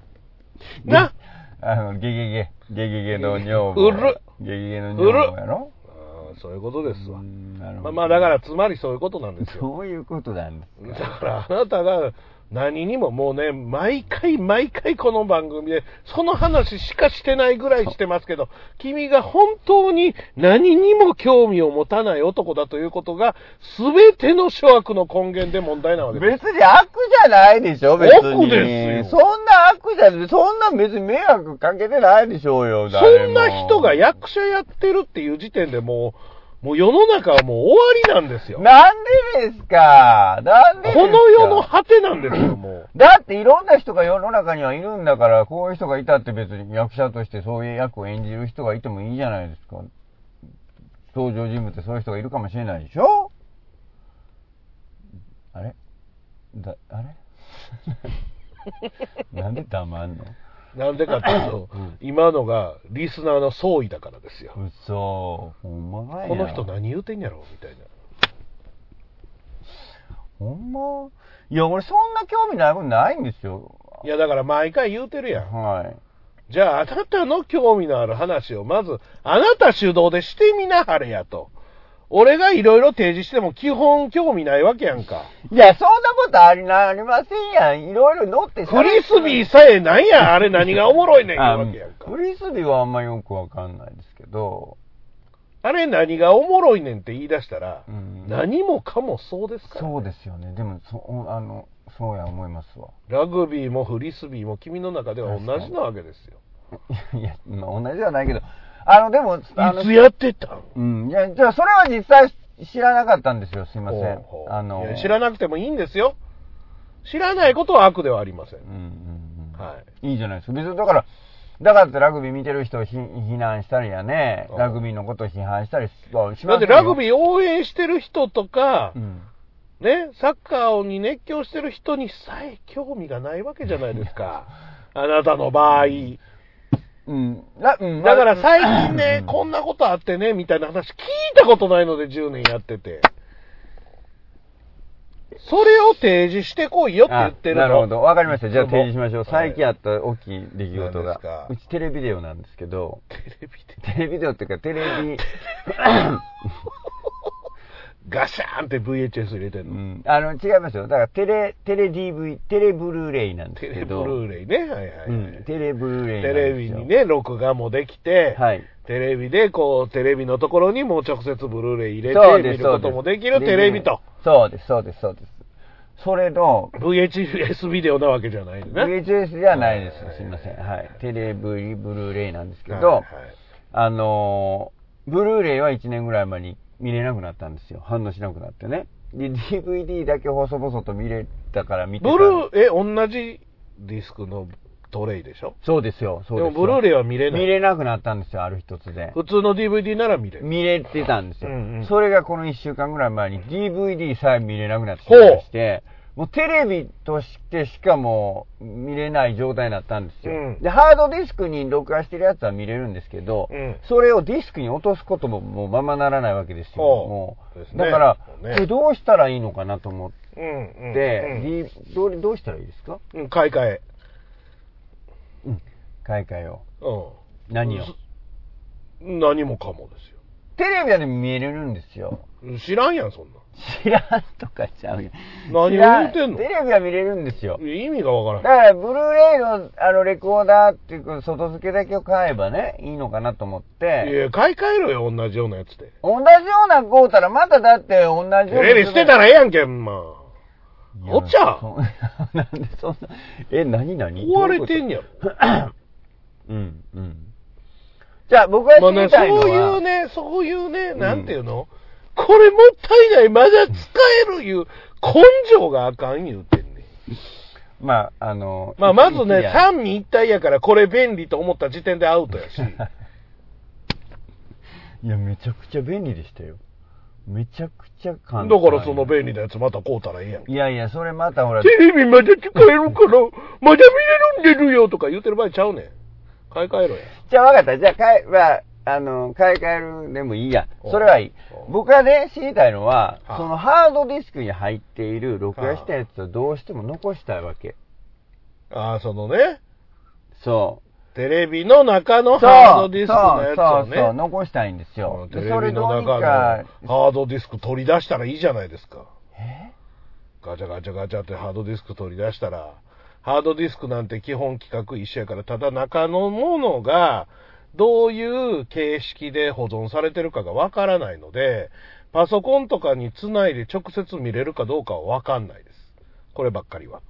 [SPEAKER 2] な
[SPEAKER 1] あの、ゲゲゲ。ゲゲゲの女房。
[SPEAKER 2] うる
[SPEAKER 1] ゲゲゲの女房やろ
[SPEAKER 2] あーそういうことですわ。
[SPEAKER 1] うんなるほ
[SPEAKER 2] まあ
[SPEAKER 1] ど。
[SPEAKER 2] まあ、だから、つまりそういうことなんですよ。
[SPEAKER 1] そういうことなんです
[SPEAKER 2] だからあなたが何にももうね、毎回毎回この番組で、その話しかしてないぐらいしてますけど、君が本当に何にも興味を持たない男だということが、すべての諸悪の根源で問題なわけです。
[SPEAKER 1] 別に悪じゃないでしょ、別に。
[SPEAKER 2] 悪ですよ
[SPEAKER 1] そんな悪じゃない、そんな別に迷惑かけてないでしょうよ、
[SPEAKER 2] そんな人が
[SPEAKER 1] や
[SPEAKER 2] 役者やってるっていう時点でもう、もう世の中はもう終わりなんですよ。
[SPEAKER 1] なんでですかなんでですか
[SPEAKER 2] この世の果てなんですよ、も
[SPEAKER 1] だっていろんな人が世の中にはいるんだから、こういう人がいたって別に役者としてそういう役を演じる人がいてもいいじゃないですか。登場人物ってそういう人がいるかもしれないでしょあれだ、あれ *laughs* なんで黙んの
[SPEAKER 2] う。なんでかっていうと、今のがリスナーの総意だからですよ。
[SPEAKER 1] 嘘ほんまかいな
[SPEAKER 2] この人何言うてんやろみたいな。
[SPEAKER 1] ほんまいや、俺そんな興味ないことないんですよ。
[SPEAKER 2] いや、だから毎回言うてるやん。
[SPEAKER 1] はい。
[SPEAKER 2] じゃあ、あなたの興味のある話を、まず、あなた主導でしてみなはれやと。俺がいろいろ提示しても基本興味ないわけやんか。
[SPEAKER 1] いや、そんなことありなありませんやん。いろいろ乗って
[SPEAKER 2] フリスビーさえなんや、あれ何がおもろい
[SPEAKER 1] *laughs*
[SPEAKER 2] ねん言うわけやんか
[SPEAKER 1] あ。フリスビーはあんまよくわかんないですけど、
[SPEAKER 2] あれ何がおもろいねんって言い出したら、
[SPEAKER 1] うん
[SPEAKER 2] 何もかもそうですから。
[SPEAKER 1] そうですよね。でも、そあの、そうや思いますわ。 *laughs*
[SPEAKER 2] ラグビーもフリスビーも君の中では同じなわけですよ。
[SPEAKER 1] いや、まあ、同じではないけど、あの、でも、あの
[SPEAKER 2] いつ、やってたん
[SPEAKER 1] うん、いや、じゃあ、それは実際知らなかったんですよ。すいません
[SPEAKER 2] ほうほ。う
[SPEAKER 1] あの
[SPEAKER 2] いや、知らなくてもいいんですよ。知らないことは悪ではありません。
[SPEAKER 1] うんうんうん。
[SPEAKER 2] はい。
[SPEAKER 1] いいじゃないですか。別にだから、だからってラグビー見てる人をひ非難したりやね、
[SPEAKER 2] うん
[SPEAKER 1] ラグビーのことを批判したりしはしま
[SPEAKER 2] だってラグ
[SPEAKER 1] ー、
[SPEAKER 2] ビー応援してる人とか
[SPEAKER 1] う、ん、
[SPEAKER 2] ね、サッカーに熱狂してる人にさえ興味がないわけじゃないですか。あなたの場合。
[SPEAKER 1] うん。だうん
[SPEAKER 2] だから最近
[SPEAKER 1] う
[SPEAKER 2] ね
[SPEAKER 1] ん、
[SPEAKER 2] こんなことあってね、みたいな話聞いたことないので10年やってて。それを提示してこいよって言ってるの。
[SPEAKER 1] あなるほど。わかりました。じゃあ提示しましょう。
[SPEAKER 2] はい
[SPEAKER 1] 最近あった大きい出来事
[SPEAKER 2] 何です
[SPEAKER 1] が
[SPEAKER 2] か。
[SPEAKER 1] うちテレビデオなんですけど、
[SPEAKER 2] テレビで
[SPEAKER 1] テレビデオっていうかテレ
[SPEAKER 2] *laughs*
[SPEAKER 1] ビ、
[SPEAKER 2] ガシャーンって VHS 入れて
[SPEAKER 1] うん
[SPEAKER 2] の。
[SPEAKER 1] ん、あの、違いますよ。だからテレ、テレ DV、テレブルーレイなんで
[SPEAKER 2] テ
[SPEAKER 1] す
[SPEAKER 2] レ
[SPEAKER 1] け
[SPEAKER 2] ブ
[SPEAKER 1] ど、
[SPEAKER 2] ルーレイね。はいはい、はい
[SPEAKER 1] うん、テレブルーレイな
[SPEAKER 2] テ
[SPEAKER 1] んです
[SPEAKER 2] レ
[SPEAKER 1] よ
[SPEAKER 2] ビにね、録画もできて、
[SPEAKER 1] はい。
[SPEAKER 2] テレビで、こう、テレビのところにもう直接ブルーレイ入
[SPEAKER 1] そう
[SPEAKER 2] れて
[SPEAKER 1] で
[SPEAKER 2] 見
[SPEAKER 1] す
[SPEAKER 2] ることもできるテレビと。。
[SPEAKER 1] そうです、そうです、そうです。それの、
[SPEAKER 2] VHS ビデオなわけじゃないのね。
[SPEAKER 1] VHS ではないで
[SPEAKER 2] はい
[SPEAKER 1] す。すいません。はい。テレビブルーレイなんですけ
[SPEAKER 2] はい
[SPEAKER 1] ど、
[SPEAKER 2] はい
[SPEAKER 1] あのーブルーレイは1年ぐらい前に見れなくなったんですよ。反応しなくなってね。で、DVD だけ細々と見れたから見てた
[SPEAKER 2] ブルー、え、同じディスクのトレイでしょ
[SPEAKER 1] そうですよ、そう
[SPEAKER 2] で
[SPEAKER 1] ですよ。
[SPEAKER 2] もブルーレイは見れない。
[SPEAKER 1] 見れなくなったんですよ、ある日突然。
[SPEAKER 2] 普通の DVD なら見れる。
[SPEAKER 1] 見れてたんですよ、
[SPEAKER 2] うんうん
[SPEAKER 1] それがこの1週間ぐらい前に DVD さえ見れなくなってしまいまして、もうテレビとしてしかもう見れない状態になったんですよ、
[SPEAKER 2] うん
[SPEAKER 1] で、ハードディスクに録画してるやつは見れるんですけど、
[SPEAKER 2] うん
[SPEAKER 1] それをディスクに落とすことももうままならないわけですよ。
[SPEAKER 2] ほう
[SPEAKER 1] もう
[SPEAKER 2] ですね
[SPEAKER 1] だから、
[SPEAKER 2] そうね
[SPEAKER 1] これどうしたらいいのかなと思っ
[SPEAKER 2] うんうん
[SPEAKER 1] て、D- どうどうしたらいいですか
[SPEAKER 2] うん。うん、買い替え。
[SPEAKER 1] 買い替えを。
[SPEAKER 2] うん。
[SPEAKER 1] 何を。
[SPEAKER 2] 何もかもです
[SPEAKER 1] テレビはでも見れるんですよ。
[SPEAKER 2] よ。知らんやん、そんな。
[SPEAKER 1] 知らんとかちゃうよ
[SPEAKER 2] 何を
[SPEAKER 1] 知ら
[SPEAKER 2] 言うてんの
[SPEAKER 1] テレビは見れるんですよ。
[SPEAKER 2] 意味がわか
[SPEAKER 1] だ
[SPEAKER 2] ら
[SPEAKER 1] から、ブルーレイの、あの、レコーダーっていうか、外付けだけを買えばね、いいのかなと思っ
[SPEAKER 2] へん。い
[SPEAKER 1] て、
[SPEAKER 2] や、買い替えろよ、同じようなやつで。
[SPEAKER 1] 同じような買うたら、まだだって同じような。
[SPEAKER 2] テレビ捨てたらええやんけ、んま
[SPEAKER 1] いや
[SPEAKER 2] おっちゃ
[SPEAKER 1] そなん *laughs* でそんな、え、何何
[SPEAKER 2] 壊れて
[SPEAKER 1] ど
[SPEAKER 2] んやろ。
[SPEAKER 1] ういうことうん、うん。じゃあ、僕が知
[SPEAKER 2] まあね、
[SPEAKER 1] り
[SPEAKER 2] そ
[SPEAKER 1] たいのは、
[SPEAKER 2] ういうね、そういうね、
[SPEAKER 1] ん
[SPEAKER 2] なんていうの、これもったいない、まだ使えるいう、根性があかん言うてんねん。
[SPEAKER 1] まあ、あの、
[SPEAKER 2] まあ、まず
[SPEAKER 1] い
[SPEAKER 2] ね、
[SPEAKER 1] や
[SPEAKER 2] 三位一体やから、これ便利と思った時点でアウトやし。
[SPEAKER 1] いや、めちゃくちゃ便利でしたよ。めちゃくちゃ
[SPEAKER 2] だか
[SPEAKER 1] 簡単。
[SPEAKER 2] らその便利なやつまた買うたらええやん。
[SPEAKER 1] いやいや、それまたほら
[SPEAKER 2] テ、レビまだ使えるから、まだ見れるんでるよとか言うてる場合ちゃうねん。買い替えろや。
[SPEAKER 1] じゃあ分かった。じゃあ、かい、まあ、あの、買い替えるでもいいや。それはいい
[SPEAKER 2] お。う
[SPEAKER 1] 僕がね、知りたいのは、
[SPEAKER 2] あ
[SPEAKER 1] そのハードディスクに入っている録画したやつをどうしても残したいわけ。
[SPEAKER 2] ああ、そのね、
[SPEAKER 1] そ
[SPEAKER 2] テレビの中
[SPEAKER 1] う。
[SPEAKER 2] の
[SPEAKER 1] そう
[SPEAKER 2] ハードディスクのやつ
[SPEAKER 1] そ
[SPEAKER 2] を
[SPEAKER 1] うそうそう、
[SPEAKER 2] ね。
[SPEAKER 1] 残したいんですよ。
[SPEAKER 2] テ
[SPEAKER 1] で
[SPEAKER 2] レ
[SPEAKER 1] それ
[SPEAKER 2] ビの
[SPEAKER 1] どう
[SPEAKER 2] 中
[SPEAKER 1] に
[SPEAKER 2] の
[SPEAKER 1] か
[SPEAKER 2] ハ、ードディスク取り出したらいいじゃないですか。ガチャガチャガチャってハードディスク取り出したら、ハードディスクなんて基本規格一緒やから、ただ中のものがどういう形式で保存されてるかがわからないので、パソコンとかにつないで直接見れるかどうかはわかんないです。こればっかりは。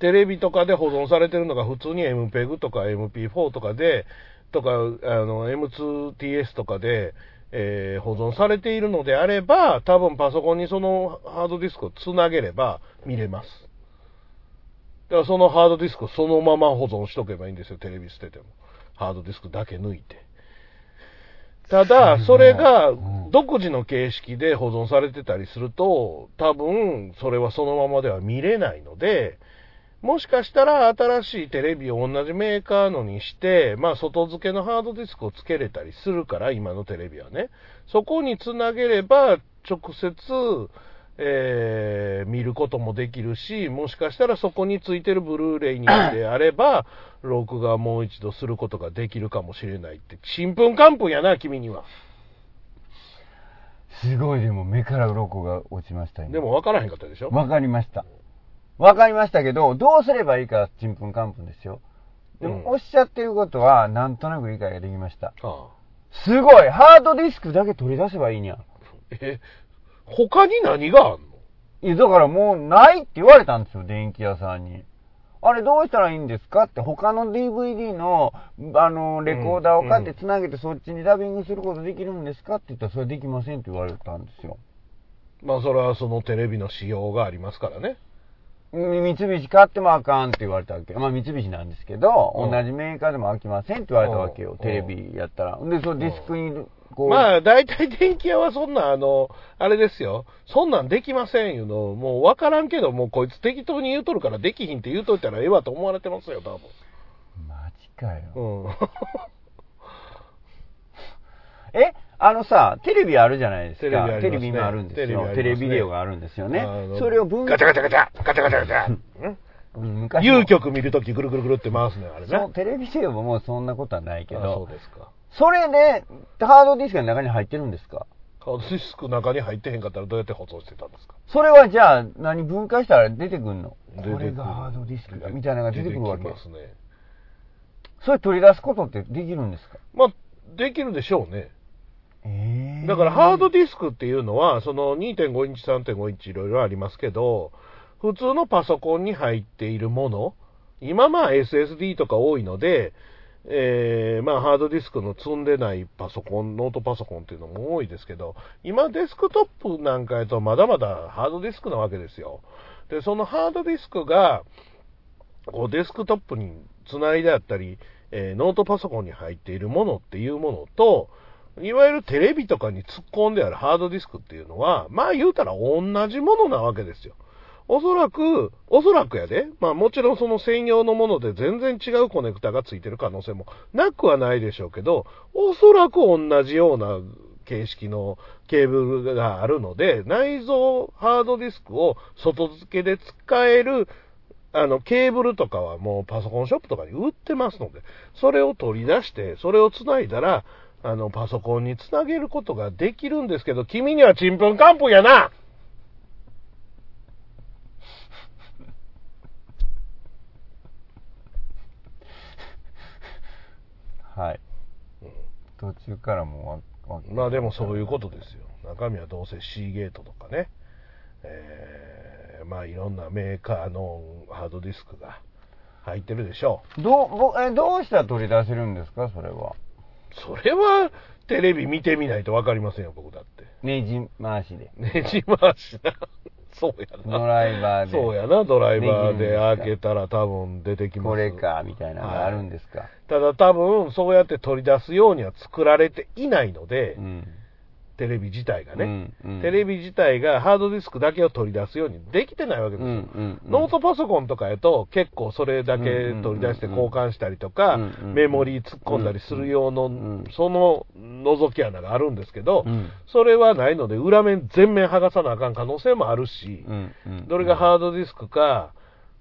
[SPEAKER 2] テレビとかで保存されてるのが普通に MPEG とか MP4 とかで、とか、あの、M2TS とかで、えー保存されているのであれば、多分パソコンにそのハードディスクをつなげれば見れます。だからそのハードディスクをそのまま保存しとけばいいんですよ、テレビ捨てても。ハードディスクだけ抜いて。ただ、それが独自の形式で保存されてたりすると、多分それはそのままでは見れないので、もしかしたら新しいテレビを同じメーカーのにして、まあ外付けのハードディスクを付けれたりするから、今のテレビはね。そこにつなげれば直接、えー見ることもできるし、もしかしたらそこについてるブルーレイにであれば、録画もう一度することができるかもしれないって、ちんぷんかんぷんやな、君には。
[SPEAKER 1] すごいでも目から鱗が落ちました今
[SPEAKER 2] でも分からへんかったでしょ
[SPEAKER 1] わかりました。わかりましたけど、どうすればいいか、ちんぷんかんぷんですよ。で
[SPEAKER 2] うん
[SPEAKER 1] も、おっしゃってることは、なんとなく理解ができました。
[SPEAKER 2] あ
[SPEAKER 1] すごいハードディスクだけ取り出せばいいにゃん。
[SPEAKER 2] あえ、他に何があんの
[SPEAKER 1] いや、だからもうないって言われたんですよ、電気屋さんに。あれどうしたらいいんですかって、他の DVD の、あの、レコーダーを買ってつなげてそっちにダビングすることできるんですかって言ったら、それできませんって言われたんですよ。
[SPEAKER 2] まあそれはそのテレビの仕様がありますからね。
[SPEAKER 1] 三菱買ってもあかんって言われたわけ。まあ三菱なんですけど、
[SPEAKER 2] うん
[SPEAKER 1] 同じメーカーでも飽きませんって言われたわけ
[SPEAKER 2] う
[SPEAKER 1] よ
[SPEAKER 2] ん。
[SPEAKER 1] テレビやったら。で、そのディスクに、こう、
[SPEAKER 2] まあ、大体電気屋はそんな、あの、あれですよ。そんなんできませんいうの、もう分からんけど、もうこいつ適当に言うとるからできひんって言うといたらええわと思われてますよ、多
[SPEAKER 1] マジかよ。
[SPEAKER 2] 分。
[SPEAKER 1] *laughs*
[SPEAKER 2] うん。
[SPEAKER 1] えあのさ、テレビあるじゃないです
[SPEAKER 2] テレビあ
[SPEAKER 1] か。
[SPEAKER 2] りますね
[SPEAKER 1] テレビ今あるんですよ。テ
[SPEAKER 2] テレビありますね
[SPEAKER 1] レビビデオがあるんですよ
[SPEAKER 2] あ
[SPEAKER 1] ね
[SPEAKER 2] の。
[SPEAKER 1] それを分
[SPEAKER 2] ガチャガチャガチャガチャガチャガチャうん
[SPEAKER 1] うん昔の
[SPEAKER 2] 有曲見るときぐるぐるぐるって回すね、あれ
[SPEAKER 1] そう
[SPEAKER 2] ね。
[SPEAKER 1] テレビビデオももうそんなことはないけ
[SPEAKER 2] あそ
[SPEAKER 1] ど
[SPEAKER 2] う、ですか。
[SPEAKER 1] それで、ハードディスクの中に入ってるんですか
[SPEAKER 2] ハードディスクの中に入ってへんかったらどうやって保存してたんですか
[SPEAKER 1] それはじゃあ、何分解したら出てくんの
[SPEAKER 2] 出てくる
[SPEAKER 1] これがハードディスクだ、みたいなのが出てくるわけ
[SPEAKER 2] 出てき。ますね。
[SPEAKER 1] それ取り出すことってできるんですか
[SPEAKER 2] まあ、できるでしょうね。
[SPEAKER 1] え
[SPEAKER 2] だからハードディスクっていうのは、その2.5インチ、3.5インチいろいろありますけど、普通のパソコンに入っているもの、今まあ SSD とか多いので、えーまあハードディスクの積んでないパソコン、ノートパソコンっていうのも多いですけど、今デスクトップなんかやとまだまだハードディスクなわけですよ。で、そのハードディスクが、こうデスクトップにつないであったり、えーノートパソコンに入っているものっていうものと、いわゆるテレビとかに突っ込んであるハードディスクっていうのは、まあ言うたら同じものなわけですよ。おそらく、おそらくやで、まあもちろんその専用のもので全然違うコネクタがついてる可能性もなくはないでしょうけど、おそらく同じような形式のケーブルがあるので、内蔵ハードディスクを外付けで使えるあの、ケーブルとかはもうパソコンショップとかに売ってますので、それを取り出して、それを繋いだら、あの、パソコンにつなげることができるんですけど、君にはちんぷんかんぷんやな
[SPEAKER 1] はい。途中からもうわわ
[SPEAKER 2] まあでもそういうことですよ。中身はどうせシーゲートとかね、えーまあいろんなメーカーのハードディスクが入ってるでしょう。
[SPEAKER 1] どうぼえどうしたら取り出せるんですかそれは。
[SPEAKER 2] それはテレビ見てみないとわかりませんよ、僕だって。
[SPEAKER 1] ネジ回しで。
[SPEAKER 2] ねじ回しな。 *laughs* そうやな。
[SPEAKER 1] ドライバーで
[SPEAKER 2] そうやな、ドライバ
[SPEAKER 1] でき
[SPEAKER 2] ーで
[SPEAKER 1] るんですか
[SPEAKER 2] 開けたら多分出てきます。
[SPEAKER 1] これか、みたいなのがあるんですか。
[SPEAKER 2] ただ多分、そうやって取り出すようには作られていないので、
[SPEAKER 1] うん。
[SPEAKER 2] テレビ自体がね、
[SPEAKER 1] うんうん
[SPEAKER 2] テレビ自体がハードディスクだけを取り出すようにできてないわけですよ。
[SPEAKER 1] うんうんうん
[SPEAKER 2] ノートパソコンとかやと結構それだけ取り出して交換したりとか、
[SPEAKER 1] うんうんうんうん
[SPEAKER 2] メモリー突っ込んだりする用の、
[SPEAKER 1] んうん
[SPEAKER 2] その覗き穴があるんですけど、
[SPEAKER 1] うん
[SPEAKER 2] それはないので裏面全面剥がさなあかん可能性もあるし、
[SPEAKER 1] うんうん
[SPEAKER 2] どれがハードディスクか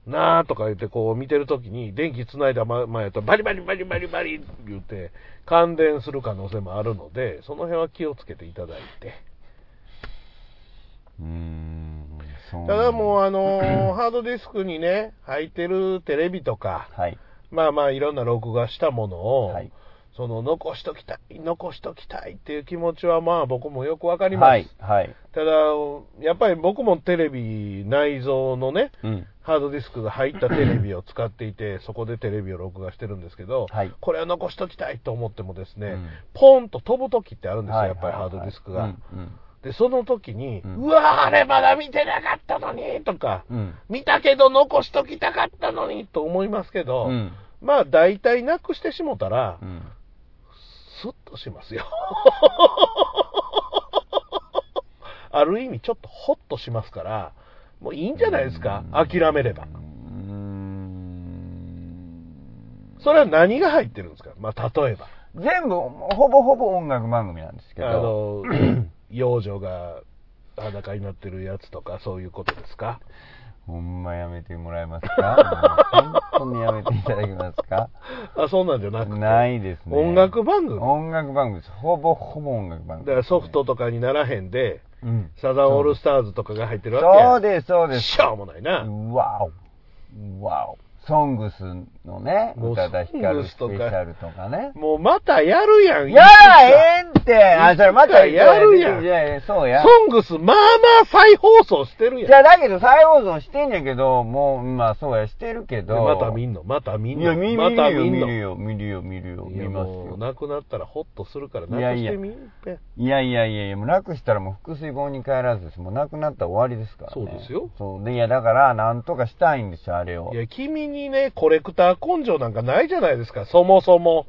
[SPEAKER 2] なあとか言ってこう見てるときに電気つないだままやとバリバリバリバリバリ言って感電する可能性もあるのでその辺は気をつけていただいて
[SPEAKER 1] うーん。そう
[SPEAKER 2] ただもう
[SPEAKER 1] う。
[SPEAKER 2] あの
[SPEAKER 1] *clears throat*
[SPEAKER 2] ーハードディスクにね入ってるテレビとか
[SPEAKER 1] はい。
[SPEAKER 2] まあまあいろんな録画したものを
[SPEAKER 1] はい
[SPEAKER 2] その残しときたい、残しときたいっていう気持ちはまあ僕もよくわかります。
[SPEAKER 1] はい、はい。
[SPEAKER 2] ただ、やっぱり僕もテレビ内蔵のね、
[SPEAKER 1] うん。
[SPEAKER 2] ハードディスクが入ったテレビを使っていて、そこでテレビを録画してるんですけど、
[SPEAKER 1] はい
[SPEAKER 2] これは残しときたいと思ってもですね、
[SPEAKER 1] うん
[SPEAKER 2] ポンと飛ぶ時ってあるんですよ、
[SPEAKER 1] はい
[SPEAKER 2] やっぱりハードディスクが。
[SPEAKER 1] はいうん
[SPEAKER 2] で、その時に、
[SPEAKER 1] う
[SPEAKER 2] うんわー、あれまだ見てなかったのにとか、
[SPEAKER 1] うん。
[SPEAKER 2] 見たけど残しときたかったのにと思いますけ
[SPEAKER 1] う
[SPEAKER 2] ど、
[SPEAKER 1] ん。
[SPEAKER 2] まあ大体なくしてしもたら
[SPEAKER 1] う、ん。
[SPEAKER 2] スッとしますよ。 *laughs* ある意味ちょっとホッとしますから、もういいんじゃないですか、諦めれば。それは何が入ってるんですかまあ例えば、
[SPEAKER 1] 全部、ほぼほぼ音楽番組なんですけ
[SPEAKER 2] あ
[SPEAKER 1] ど、 *clears throat*
[SPEAKER 2] の、幼女が裸になってるやつとかそういうことですか
[SPEAKER 1] ほんまやめてもらえますかもう本当にやめていただけますか
[SPEAKER 2] あ、そうなんじゃ *laughs* なくて。
[SPEAKER 1] ないですね。
[SPEAKER 2] 音楽番組
[SPEAKER 1] 音楽番組です。ほぼほぼ音楽番
[SPEAKER 2] だ
[SPEAKER 1] 組。
[SPEAKER 2] からソフトとかにならへんで、
[SPEAKER 1] うん。
[SPEAKER 2] サザンオールスターズとかが入ってるわけや
[SPEAKER 1] そうです、そうです。
[SPEAKER 2] しょうもないな。
[SPEAKER 1] わお。わお。ソングスのね、
[SPEAKER 2] もう
[SPEAKER 1] 宇多田ヒカルスペ
[SPEAKER 2] ソ
[SPEAKER 1] シ
[SPEAKER 2] ングスとか
[SPEAKER 1] ャルとかね。
[SPEAKER 2] もうまたやるやん。
[SPEAKER 1] やらへんってあ、それまた
[SPEAKER 2] やるやん
[SPEAKER 1] いやいや、そうや。
[SPEAKER 2] ソングス、まあまあ再放送してるやん。
[SPEAKER 1] じゃあだけど再放送してんやけど、もう、まあそうや、してるけ
[SPEAKER 2] で
[SPEAKER 1] ど。
[SPEAKER 2] また見んの、また見ん
[SPEAKER 1] いや、
[SPEAKER 2] の。
[SPEAKER 1] 見
[SPEAKER 2] ま
[SPEAKER 1] 見
[SPEAKER 2] た
[SPEAKER 1] るよ、
[SPEAKER 2] 見ん
[SPEAKER 1] 見
[SPEAKER 2] の。
[SPEAKER 1] るよ、見るよ、見るよ、
[SPEAKER 2] いや
[SPEAKER 1] 見ます
[SPEAKER 2] もう、
[SPEAKER 1] よ。
[SPEAKER 2] なくなったらホッとするから、
[SPEAKER 1] いや
[SPEAKER 2] なく
[SPEAKER 1] い
[SPEAKER 2] し
[SPEAKER 1] や
[SPEAKER 2] てみんぺ。
[SPEAKER 1] いやいやいやいや、もうなくしたらもう腹水棒に帰らずです。もうなくなったら終わりですから、ね。
[SPEAKER 2] そうですよ
[SPEAKER 1] そう。で、いや、だから、なんとかしたいんですよ、あれを。
[SPEAKER 2] いや、君にね、コレクター根性なんかないじゃないですか、そもそも。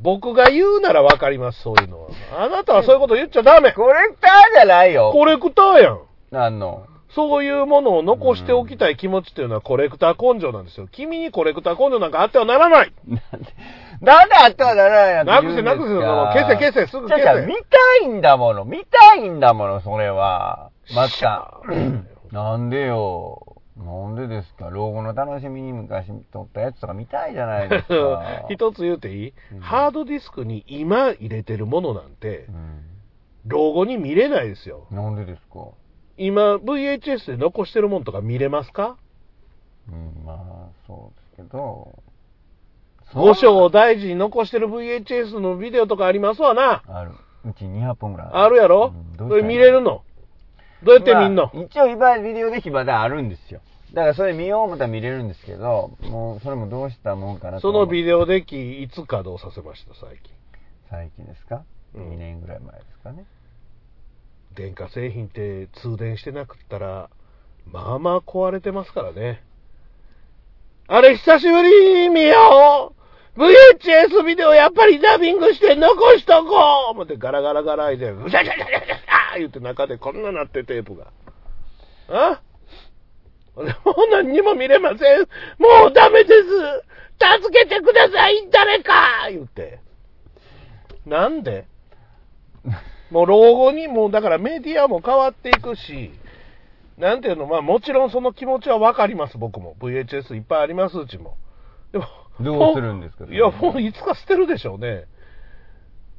[SPEAKER 2] 僕が言うならわかります、そういうのは。あなたはそういうこと言っちゃダメ
[SPEAKER 1] コレクターじゃないよ。
[SPEAKER 2] コレクターやん
[SPEAKER 1] あの、
[SPEAKER 2] そういうものを残しておきたい気持ちっていうのはコレクター根性なんですよ。君にコレクター根性なんかあってはならない
[SPEAKER 1] なんであったらならな
[SPEAKER 2] ないく
[SPEAKER 1] のって
[SPEAKER 2] せ
[SPEAKER 1] 言
[SPEAKER 2] な
[SPEAKER 1] うん
[SPEAKER 2] く
[SPEAKER 1] で
[SPEAKER 2] せ、
[SPEAKER 1] す
[SPEAKER 2] そ
[SPEAKER 1] か
[SPEAKER 2] の、消せ消せ、すぐ
[SPEAKER 1] じゃあじゃあ
[SPEAKER 2] 消せ
[SPEAKER 1] 見。たいんだもの、見たいんだもの、それは。ま
[SPEAKER 2] しゃ。
[SPEAKER 1] た。なんでよ。なんでですか老後の楽しみに昔撮ったやつとか見たいじゃないですか
[SPEAKER 2] *laughs* 一つ言うていい、
[SPEAKER 1] うん
[SPEAKER 2] ハードディスクに今入れてるものなんて
[SPEAKER 1] う、ん
[SPEAKER 2] 老後に見れないですよ。
[SPEAKER 1] なんでですか
[SPEAKER 2] 今、VHS で残してるものとか見れますか
[SPEAKER 1] うん、まあ、そうですけど。
[SPEAKER 2] 五章大事に残してる VHS のビデオとかありますわな。
[SPEAKER 1] ある。うち200本ぐらい
[SPEAKER 2] あるやろ、
[SPEAKER 1] うん
[SPEAKER 2] それ見れるのどうやって見んの、
[SPEAKER 1] まあ一応、今、ビデオで暇だあるんですよ。だから、それ見よう思ったら見れるんですけど、もう、それもどうしたもんかなと
[SPEAKER 2] そ
[SPEAKER 1] 思う
[SPEAKER 2] のビデオデッキ、いつ稼働させました、最近。
[SPEAKER 1] 最近ですか、
[SPEAKER 2] うん
[SPEAKER 1] 2年ぐらい前ですかね。
[SPEAKER 2] 電化製品って通電してなくったら、まあまあ壊れてますからね。あれ、久しぶりに見よう !VHS ビデオやっぱりダビングして残しとこう思ってガラガラガラいで、うしゃしゃしゃしゃしゃ言って中でこんななってテープが。あもう何にも見れませんもうダメです助けてください誰か言って。なんでもう老後に、もうだからメディアも変わっていくし、なんていうの、まあもちろんその気持ちはわかります、僕も。VHS いっぱいあります、うちも。でも、
[SPEAKER 1] どうするんですか
[SPEAKER 2] もういや、もういつか捨てるでしょうね。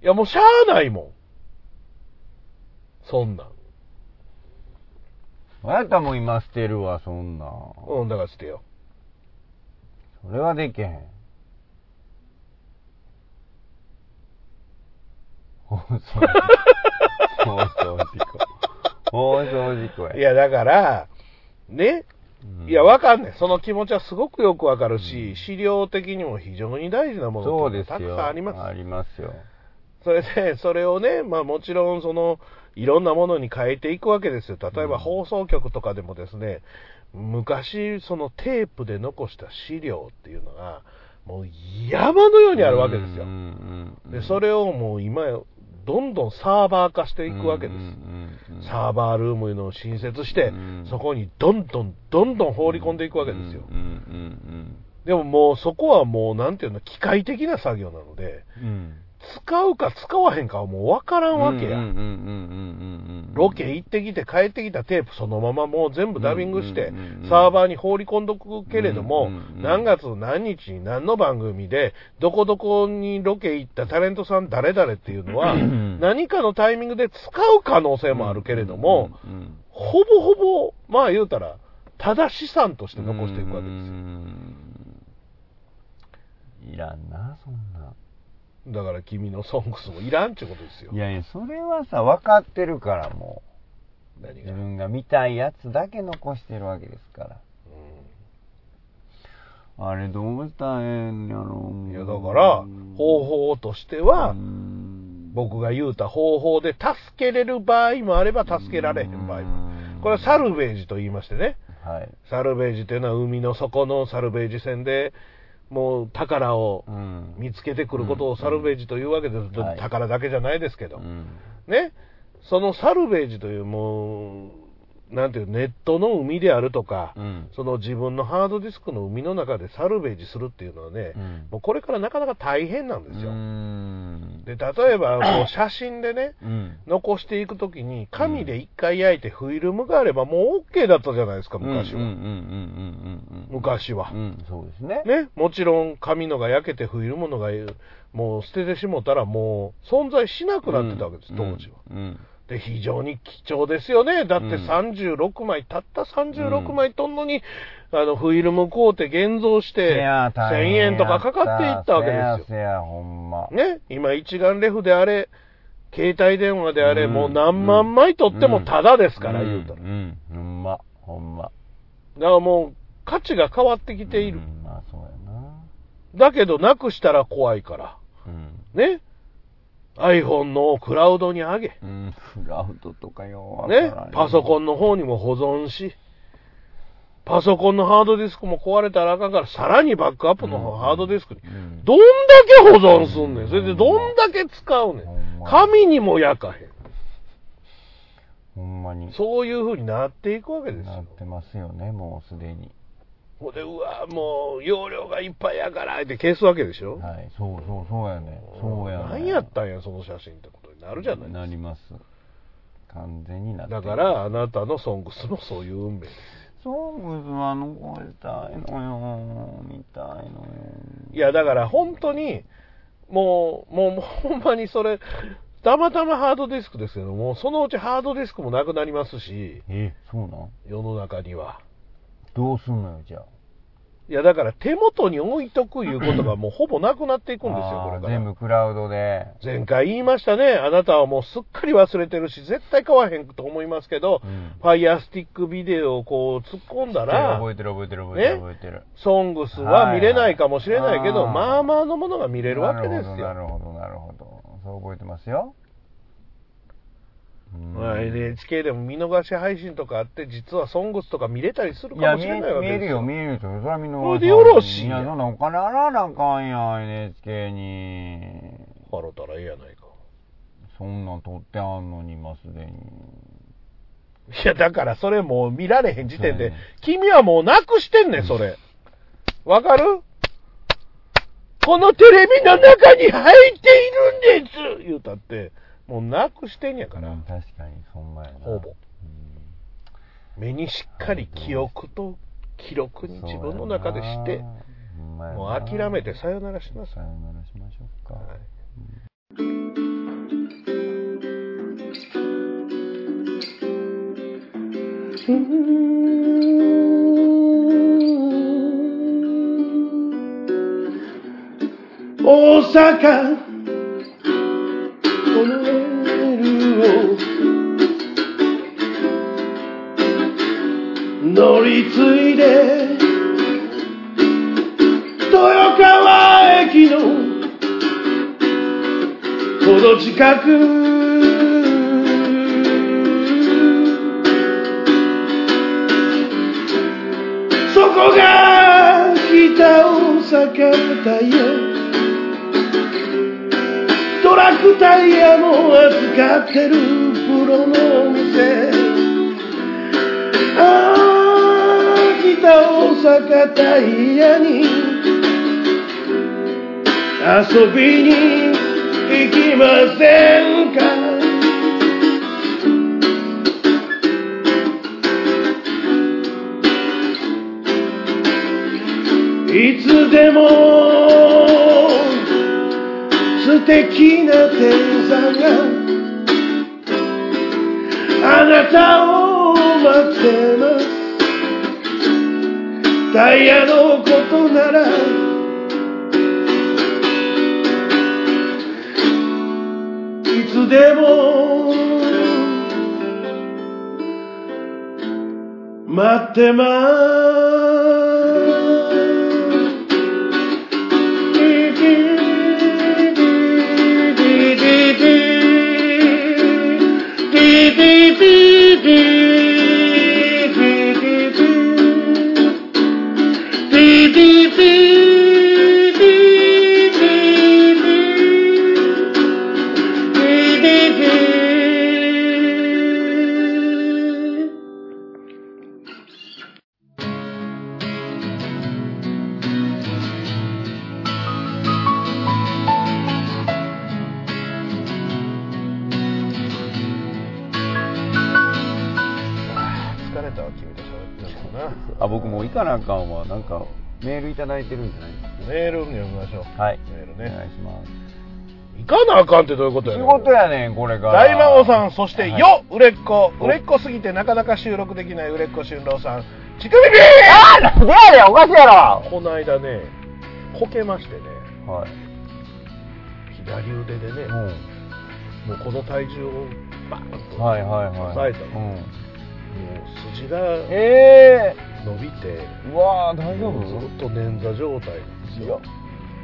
[SPEAKER 2] いや、もうしゃあないもん。そんなん。
[SPEAKER 1] あなたも今捨てるわ、そんな。
[SPEAKER 2] うん、だから捨てよ
[SPEAKER 1] それはできへん。放送事故。放
[SPEAKER 2] *laughs*
[SPEAKER 1] 送事故。放送事故や。
[SPEAKER 2] う。いや、だから、ね、
[SPEAKER 1] うん
[SPEAKER 2] いや、わかんない。その気持ちはすごくよくわかるし、資料的にも非常に大事なも
[SPEAKER 1] そ
[SPEAKER 2] の
[SPEAKER 1] う
[SPEAKER 2] って
[SPEAKER 1] です
[SPEAKER 2] たくさ
[SPEAKER 1] よ。
[SPEAKER 2] んあります。
[SPEAKER 1] ありますよ。
[SPEAKER 2] それで、それをね、まあもちろんその、いろんなものに変えていくわけですよ。例え
[SPEAKER 1] うん
[SPEAKER 2] ば放送局とかでもですね、昔そのテープで残した資料っていうのが、もう山のようにあるわけですよ
[SPEAKER 1] うん。うんうん
[SPEAKER 2] で、それをもう今、どんどんサーバー化していくわけです。サーバールームの新設して
[SPEAKER 1] うん、
[SPEAKER 2] そこにどんどんどんどん放り込んでいくわけですよ。
[SPEAKER 1] うんうん
[SPEAKER 2] でももうそこはもうなんていうの、機械的な作業なので、
[SPEAKER 1] うんうん。
[SPEAKER 2] 使うか使わへんかはもうわからんわけや。
[SPEAKER 1] うんうんうんうんうんうん
[SPEAKER 2] ロケ行ってきて帰ってきたテープそのままもう全部ダビングして
[SPEAKER 1] うんうんうんうん
[SPEAKER 2] サーバーに放り込んどくけれど
[SPEAKER 1] う
[SPEAKER 2] も
[SPEAKER 1] んうんうん
[SPEAKER 2] 何月何日に何の番組でどこどこにロケ行ったタレントさん誰々っていうのは
[SPEAKER 1] うん
[SPEAKER 2] 何かのタイミングで使う可能性もあるけれども
[SPEAKER 1] うんうん
[SPEAKER 2] ほぼほぼまあ言うたらただ資産として残していくわけですよ
[SPEAKER 1] うんいらんな、そんな。
[SPEAKER 2] だから君のソングスもいらんってことですよ
[SPEAKER 1] い。やいや、それはさ、分かってるからもう。
[SPEAKER 2] 何
[SPEAKER 1] 自
[SPEAKER 2] が。
[SPEAKER 1] 分が見たいやつだけ残してるわけですから。あれどうしたらええんやろ
[SPEAKER 2] うんいや、だから、方
[SPEAKER 1] 法
[SPEAKER 2] 法としては、僕が言うた方法で助けれる場合もあれば助けられへん場合も。これはサルベージと言いましてね。
[SPEAKER 1] はい。
[SPEAKER 2] サルベージというのは海の底のサルベージ船で、もう宝を
[SPEAKER 1] うん
[SPEAKER 2] 見つけてくることをサルベージというわけです。
[SPEAKER 1] はい
[SPEAKER 2] 宝だけじゃないですけど。
[SPEAKER 1] うん
[SPEAKER 2] ね、そのサルベージというもう、なんていう、ネットの海であるとか、
[SPEAKER 1] うん
[SPEAKER 2] その自分のハードディスクの海の中でサルベージするっていうのはね、
[SPEAKER 1] うん
[SPEAKER 2] もうこれからなかなか大変なんですよ。
[SPEAKER 1] うん
[SPEAKER 2] で、例えば、こう写真でね、
[SPEAKER 1] うん
[SPEAKER 2] 残していくときに、紙で一回焼いてフィルムがあればもう OK だったじゃないですか、昔は。
[SPEAKER 1] うんうんうんうんうんうんうん
[SPEAKER 2] 昔は。
[SPEAKER 1] うんそうですね
[SPEAKER 2] ね、もちろん紙のが焼けてフィルムのがもう捨ててしもたらもう存在しなくなってたわけです、当時は。
[SPEAKER 1] うん
[SPEAKER 2] で非常に貴重ですよね、だって
[SPEAKER 1] うん
[SPEAKER 2] 36枚、たった36枚とんのに、あのフィルム買うて現像して、1000円とかかかっていったわ
[SPEAKER 1] よせ
[SPEAKER 2] けです
[SPEAKER 1] やせやほんま
[SPEAKER 2] よ。ね、今、一眼レフであれ、携帯電話であれ、
[SPEAKER 1] うん
[SPEAKER 2] もう何万枚取ってもタダですから、
[SPEAKER 1] うん
[SPEAKER 2] 言うたら。だか
[SPEAKER 1] うんほんまほんま
[SPEAKER 2] らもう、価値が変わってきている
[SPEAKER 1] う。んまあそうやな
[SPEAKER 2] だけど、なくしたら怖いから。
[SPEAKER 1] うん
[SPEAKER 2] ね。iPhone のクラウドに上げ。
[SPEAKER 1] うんクラウドとかよ
[SPEAKER 2] ね、パソコ
[SPEAKER 1] ン
[SPEAKER 2] ンの方にも保存し、パソコンのハードディスクも壊れたらあかんから、さらにバックアップの
[SPEAKER 1] う
[SPEAKER 2] 方
[SPEAKER 1] ん
[SPEAKER 2] ハードディスクに、
[SPEAKER 1] ん
[SPEAKER 2] どんだけ保存すんねん。それでどんだけ使うね
[SPEAKER 1] ほ
[SPEAKER 2] ん
[SPEAKER 1] ん。ま
[SPEAKER 2] 紙にも焼かへん。
[SPEAKER 1] ほんまに
[SPEAKER 2] そういう風になっていくわけです
[SPEAKER 1] なっ
[SPEAKER 2] よ。
[SPEAKER 1] てますよねもうすでに
[SPEAKER 2] ほんで、うわ、もう容量がいっぱいやから、って消すわけでしょ。
[SPEAKER 1] はいそうそうそうやねそうやね
[SPEAKER 2] 何やったんや、その写真ってことになるじゃない
[SPEAKER 1] なります完全になって
[SPEAKER 2] だ
[SPEAKER 1] る
[SPEAKER 2] から、あなたのソングスのそういう運命です。
[SPEAKER 1] ソングスは残したいのよ見たいのよ
[SPEAKER 2] いや、だから本当に、もう、もう、もうほんまにそれ、たまたまハードディスクですけども、そのうちハードディスクもなくなりますし、
[SPEAKER 1] えそうなん
[SPEAKER 2] 世の中には。
[SPEAKER 1] どうすんのよじゃあ
[SPEAKER 2] いや、だから手元に置いとくいうこと
[SPEAKER 1] *clears throat*
[SPEAKER 2] がもうほぼなくなっていくんですよ、これ
[SPEAKER 1] あー
[SPEAKER 2] か
[SPEAKER 1] 全
[SPEAKER 2] ら。
[SPEAKER 1] 部クラウドで
[SPEAKER 2] 前回言いましたね、あなたはもうすっかり忘れてるし、絶対買わへんと思いますけど、
[SPEAKER 1] うん
[SPEAKER 2] ファイヤースティックビデオをこう突っ込んだら、
[SPEAKER 1] 覚えてる覚えてる覚えてる覚えてる
[SPEAKER 2] ソングスは見れないかもしれないけど、
[SPEAKER 1] はい
[SPEAKER 2] まあまあのものが見れるわけですよ。
[SPEAKER 1] なるほどなるほどなるほどそう覚えてますようん
[SPEAKER 2] まあ、NHK でも見逃し配信とかあって、実は「ソングスとか見れたりする
[SPEAKER 1] い
[SPEAKER 2] か
[SPEAKER 1] や
[SPEAKER 2] も
[SPEAKER 1] 見
[SPEAKER 2] し
[SPEAKER 1] え
[SPEAKER 2] れないわ
[SPEAKER 1] 見
[SPEAKER 2] け
[SPEAKER 1] え
[SPEAKER 2] で
[SPEAKER 1] る
[SPEAKER 2] すよ。
[SPEAKER 1] よ見えるよそれは見逃
[SPEAKER 2] それでよろしいやん
[SPEAKER 1] いやそんなお金払わなあかんやん NHK に
[SPEAKER 2] 払ったらええやないか。
[SPEAKER 1] そんなん取ってあんのに今すでに
[SPEAKER 2] いや、だからそれもう見られへん時点
[SPEAKER 1] そうや
[SPEAKER 2] で
[SPEAKER 1] ね、
[SPEAKER 2] 君はもうなくしてんねん、それ。わかるこのテレビの中に入っているんです言うたって、もうなくしてんやから、
[SPEAKER 1] うん確かにそんまやな
[SPEAKER 2] ほぼ。目にしっかり記憶と記録に自分の中でして、も
[SPEAKER 1] も
[SPEAKER 2] う諦めてさよならしな
[SPEAKER 1] さ
[SPEAKER 2] さい。
[SPEAKER 1] よならしましょうか、
[SPEAKER 2] はい大阪このレールを乗り継いで豊川駅のほど近くそこが北大阪タイヤトラックタイヤも扱ってるプロのお店ああ北大阪タイヤに遊びに行きませんかいつでも素敵な天才があなたを待ってますタイヤのことなら
[SPEAKER 7] つでも待ってます
[SPEAKER 2] 疲れたわ君と喋ってるのな
[SPEAKER 1] あ僕もういかなあかんわなんかメールいただいてるんじゃないです
[SPEAKER 2] メールに読みましょう
[SPEAKER 1] かはい
[SPEAKER 2] メール
[SPEAKER 1] お願
[SPEAKER 2] ね
[SPEAKER 1] いします
[SPEAKER 2] 行かなあかんってどういうことや
[SPEAKER 1] 仕
[SPEAKER 2] ねん
[SPEAKER 1] 事やねんこれが
[SPEAKER 2] 大魔王さんそして、
[SPEAKER 1] はい
[SPEAKER 2] よ売れっ子売れっ子すぎてなかなか収録できない売れっ子俊郎さん乳首ビ
[SPEAKER 1] あなんでやねんおかしいやろ
[SPEAKER 2] この間ねこけましてね
[SPEAKER 1] はい
[SPEAKER 2] 左腕でね、
[SPEAKER 1] う
[SPEAKER 2] もうこの体重をバーンと
[SPEAKER 1] んはいはいはい
[SPEAKER 2] 支えた
[SPEAKER 1] う
[SPEAKER 2] の、も
[SPEAKER 1] ん
[SPEAKER 2] う筋が
[SPEAKER 1] ええ
[SPEAKER 2] 伸びて
[SPEAKER 1] ー、うわー大丈
[SPEAKER 2] もう
[SPEAKER 1] 夫
[SPEAKER 2] ずっと捻挫状態なんですよだ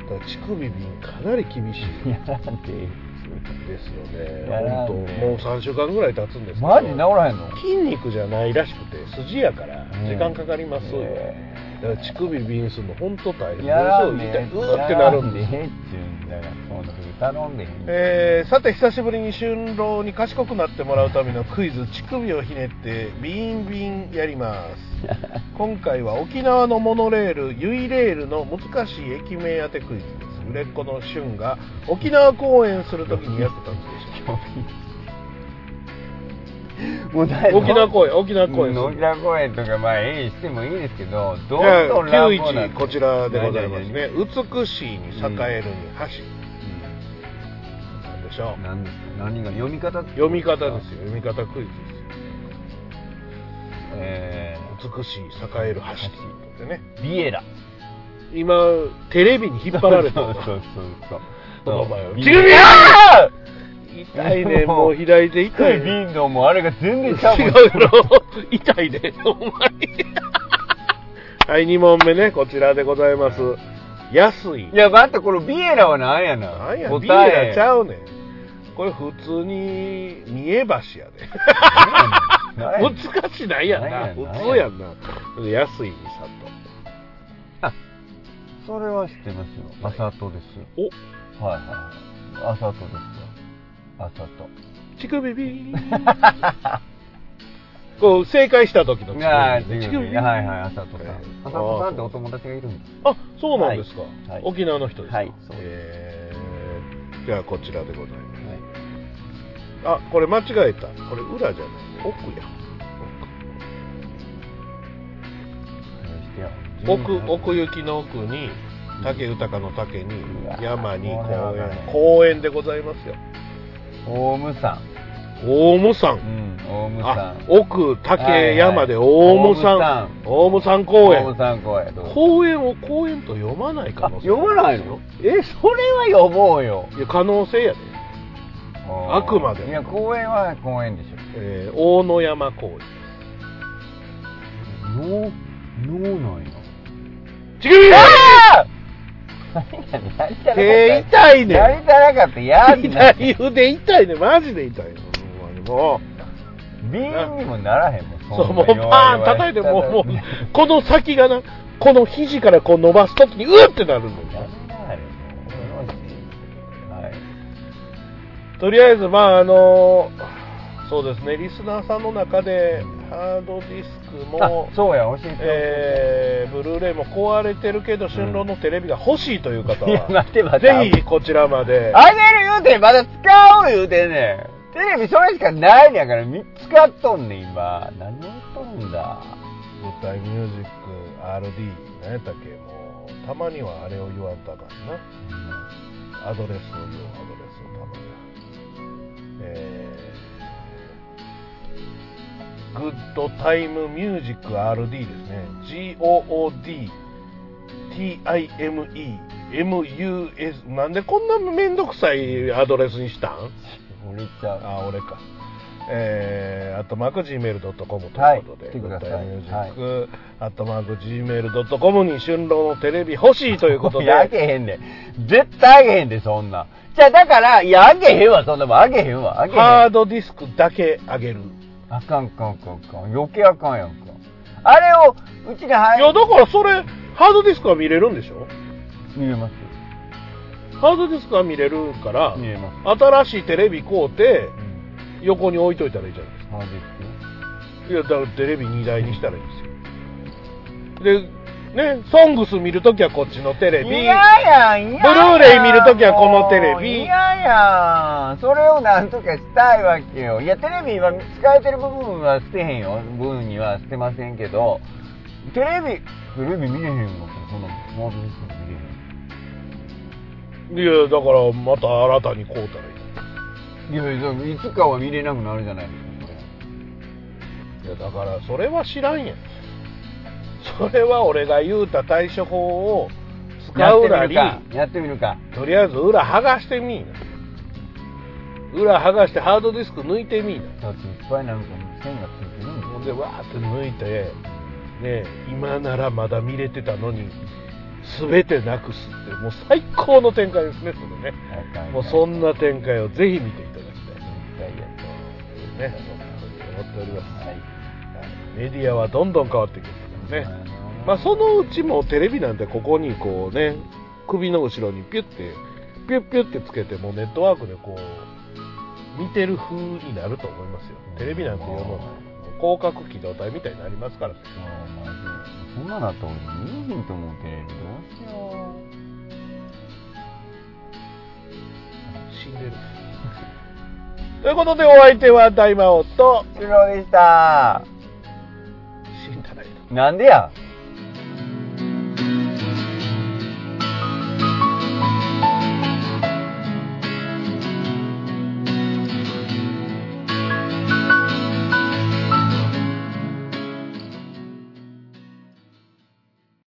[SPEAKER 2] から乳首ビンかなり厳しい
[SPEAKER 1] いやだって
[SPEAKER 2] ですよ
[SPEAKER 1] や
[SPEAKER 2] ね
[SPEAKER 1] らんね
[SPEAKER 2] 本当もう3週間ぐらい経つんですけど
[SPEAKER 1] マジ治らへんの
[SPEAKER 2] 筋肉じゃないらしくて筋やから時間かかります、
[SPEAKER 1] え
[SPEAKER 2] だから乳首ビンするの本当大
[SPEAKER 1] ー
[SPEAKER 2] 変
[SPEAKER 1] やらんで
[SPEAKER 2] 痛い痛いーってなるん
[SPEAKER 1] で
[SPEAKER 2] で
[SPEAKER 1] ええっちゅうんだからその時頼んでへん
[SPEAKER 2] えーさて久しぶりに春郎に賢くなってもらうためのクイズ乳首をひねってビンビンやり *laughs* ます今回は沖縄のモノレールゆいレールの難しい駅名当てクイズです売れっ子の春が沖縄公演するときにやってたんですよ
[SPEAKER 1] *laughs* もう
[SPEAKER 2] *laughs*
[SPEAKER 1] 大
[SPEAKER 2] 沖縄公演沖縄公演
[SPEAKER 1] 沖縄公園とかまあええしてもいいですけどどう
[SPEAKER 2] じゃあ
[SPEAKER 1] とラボなん
[SPEAKER 2] 91
[SPEAKER 1] て
[SPEAKER 2] こちらでございます
[SPEAKER 1] な
[SPEAKER 2] ね美しいに栄えるに箸、なんでしょう
[SPEAKER 1] 何ですか何が読み方
[SPEAKER 2] 読み方ですよ読み方クイズですよ
[SPEAKER 1] え
[SPEAKER 2] 美しい栄える橋っていうことでね
[SPEAKER 1] ー、ビエラ
[SPEAKER 2] 今テレビに引っ張られたの
[SPEAKER 1] そうそうそう
[SPEAKER 2] 言葉よ
[SPEAKER 1] ビ
[SPEAKER 2] ちぐみ
[SPEAKER 1] あー
[SPEAKER 2] *laughs* 痛いね *laughs* もう左手痛いね
[SPEAKER 1] ビンドもあれが全然ちゃうもん
[SPEAKER 2] 違うよ痛いねほんまにはい2問目ねこちらでございます安い
[SPEAKER 1] いや待ってこのビエラは何やな
[SPEAKER 2] なんやビー
[SPEAKER 1] 答え
[SPEAKER 2] ラちゃうねんこれ普通に三重橋やで
[SPEAKER 1] 何やねん
[SPEAKER 2] 難しないやん
[SPEAKER 1] なん
[SPEAKER 2] な
[SPEAKER 1] やなんや
[SPEAKER 2] 普通やんな安いにさ
[SPEAKER 1] それは知ってますよあさとですよ
[SPEAKER 2] とお
[SPEAKER 1] はいはいあさとですよあさと
[SPEAKER 2] 乳首ビー
[SPEAKER 1] *laughs*
[SPEAKER 2] こう正解した時の
[SPEAKER 1] ああ、
[SPEAKER 2] 乳首ビ
[SPEAKER 1] ち
[SPEAKER 2] ー
[SPEAKER 1] ぐみはいはい、朝とさん。
[SPEAKER 2] ー
[SPEAKER 1] 朝とさんってお友達がいるんです。
[SPEAKER 2] あそうなんですか、
[SPEAKER 1] はいはい
[SPEAKER 2] 沖縄の人ですか、
[SPEAKER 1] はいそうです
[SPEAKER 2] えーじゃあこちらでございます、あこれ間違えたこれ裏じゃない奥や奥奥行きの奥に竹豊の竹に
[SPEAKER 1] うわ
[SPEAKER 2] 山に
[SPEAKER 1] もう
[SPEAKER 2] 公
[SPEAKER 1] ねわかんな
[SPEAKER 2] 園
[SPEAKER 1] い
[SPEAKER 2] 公園でございますよ
[SPEAKER 1] オウムさ
[SPEAKER 2] 大武山
[SPEAKER 1] ん。うん、オウムさ
[SPEAKER 2] あ
[SPEAKER 1] ん。
[SPEAKER 2] 奥竹山で大武山大武山公
[SPEAKER 1] オウム
[SPEAKER 2] 園
[SPEAKER 1] さん公園。どうぞ
[SPEAKER 2] 公園を公園と読まない可
[SPEAKER 1] あ
[SPEAKER 2] 能性
[SPEAKER 1] 読まないのえ、それは読もうよ。
[SPEAKER 2] いや可能性やで、あくまでも
[SPEAKER 1] いや、公園は公園でしょ。
[SPEAKER 2] えー大野山公園
[SPEAKER 1] 脳、脳なんや。
[SPEAKER 2] 違う手
[SPEAKER 1] 手
[SPEAKER 2] 痛いねん
[SPEAKER 1] やりたなかった。やんな。
[SPEAKER 2] 左腕痛いねマジで痛いよほんまにも
[SPEAKER 1] 瓶にもならへんもん。
[SPEAKER 2] うそうもうパーン叩いてもうもうこの先がなこの肘からこう伸ばすときにうってなるの
[SPEAKER 1] や
[SPEAKER 2] よ
[SPEAKER 1] めなはれもうはい。
[SPEAKER 2] とりあえずまああのそうですねリスナーさんの中でハードディスクも
[SPEAKER 1] あそうや、教えて。
[SPEAKER 2] えーブルーレイも壊れてるけど春郎のテレビが欲しいという方
[SPEAKER 1] いや、
[SPEAKER 2] は
[SPEAKER 1] 待て待て。
[SPEAKER 2] ぜひこちらまで
[SPEAKER 1] あげる言うてん、まだ使おう言うてんねん。テレビそれしかないんやから、み使っとんねん、今。何をしとるんだ。
[SPEAKER 2] グッタイミュージック RD 何やったっけもうたまにはあれを言わんとあかんなアドレスを言おうアドレスをたまにはえーグッドタイムミュージック RD ですね GOODTIMEMUS なんでこんなめんどくさいアドレスにしたん
[SPEAKER 1] 俺ちゃう
[SPEAKER 2] あ、俺か。えー、あとマーク Gmail.com という
[SPEAKER 1] はい
[SPEAKER 2] ことで、
[SPEAKER 1] 来てください
[SPEAKER 2] グッタイミュージック、あとマーク Gmail.com に春郎のテレビ欲しいということ
[SPEAKER 1] い
[SPEAKER 2] で、
[SPEAKER 1] や、あげへんで。絶対あげへんで、そんなん。じゃあ、だから、いや、あげへんわ、そんなもん。あげへんわ、あげへん。
[SPEAKER 2] ハードディスクだけあげる。
[SPEAKER 1] あかん、あかん、あかん、あかん。余計あかんやんか。あれを、うちに
[SPEAKER 2] いや、
[SPEAKER 1] 入
[SPEAKER 2] だからそれ、ハードディスクは見れるんでしょ
[SPEAKER 1] 見れますよ。
[SPEAKER 2] ハードディスクは見れるから、
[SPEAKER 1] 見れます。
[SPEAKER 2] 新しいテレビ買うて
[SPEAKER 1] う、ん。
[SPEAKER 2] 横に置いといたらいいじゃな
[SPEAKER 1] マ
[SPEAKER 2] いで
[SPEAKER 1] ジです
[SPEAKER 2] か。いや、だからテレビ2台にしたらいいんですよ。で、ね、ソングス見るときはこっちのテレ
[SPEAKER 1] す
[SPEAKER 2] ビ。
[SPEAKER 1] よ。嫌やん、嫌やん。
[SPEAKER 2] ブルーレイ見るときはこのテレビ
[SPEAKER 1] 嫌やん。それをなんとかしたいわけよ。いや、テレビは使えてる部分は捨てへんよ。部分には捨てませんけど、テレビ、テレビ見れへんわ。そんなもん、マジですよ見れへん。
[SPEAKER 2] いや、だからまた新たに買うたらいい。
[SPEAKER 1] いやいやいつかは見れなくなるじゃないですか
[SPEAKER 2] いやだからそれは知らんやんそれは俺が言うた対処法を
[SPEAKER 1] これや
[SPEAKER 2] 使
[SPEAKER 1] って
[SPEAKER 2] う
[SPEAKER 1] み
[SPEAKER 2] な
[SPEAKER 1] る
[SPEAKER 2] り
[SPEAKER 1] かやってみるか
[SPEAKER 2] とりあえず裏剥がしてみいな裏剥がしてハードディスク抜いてみいな
[SPEAKER 1] だっていっぱいなんか線がついてるんだ
[SPEAKER 2] ほ
[SPEAKER 1] よ
[SPEAKER 2] んでわーって抜いてねえ今ならまだ見れてたのに全てなくすってもう最高の展開ですねそれねもうそんな展開をぜひ見ていただきたい
[SPEAKER 1] 絶対やって
[SPEAKER 2] ね思っております
[SPEAKER 1] はい
[SPEAKER 2] メディアはどんどん変わっていくんですからねまあ、そのうちもテレビなんてここにこうね首の後ろにピュッてピュッピュッてつけてもうネットワークでこう見てる風になると思いますよテレビなんて世の中広角機動隊みたいになりますから
[SPEAKER 1] そうそんなだと俺見えへんと思うけれどどうしよ
[SPEAKER 2] 死んでるということでお相手は大魔王と
[SPEAKER 1] う。シュロでした
[SPEAKER 2] 死んだらいいの
[SPEAKER 1] なんでや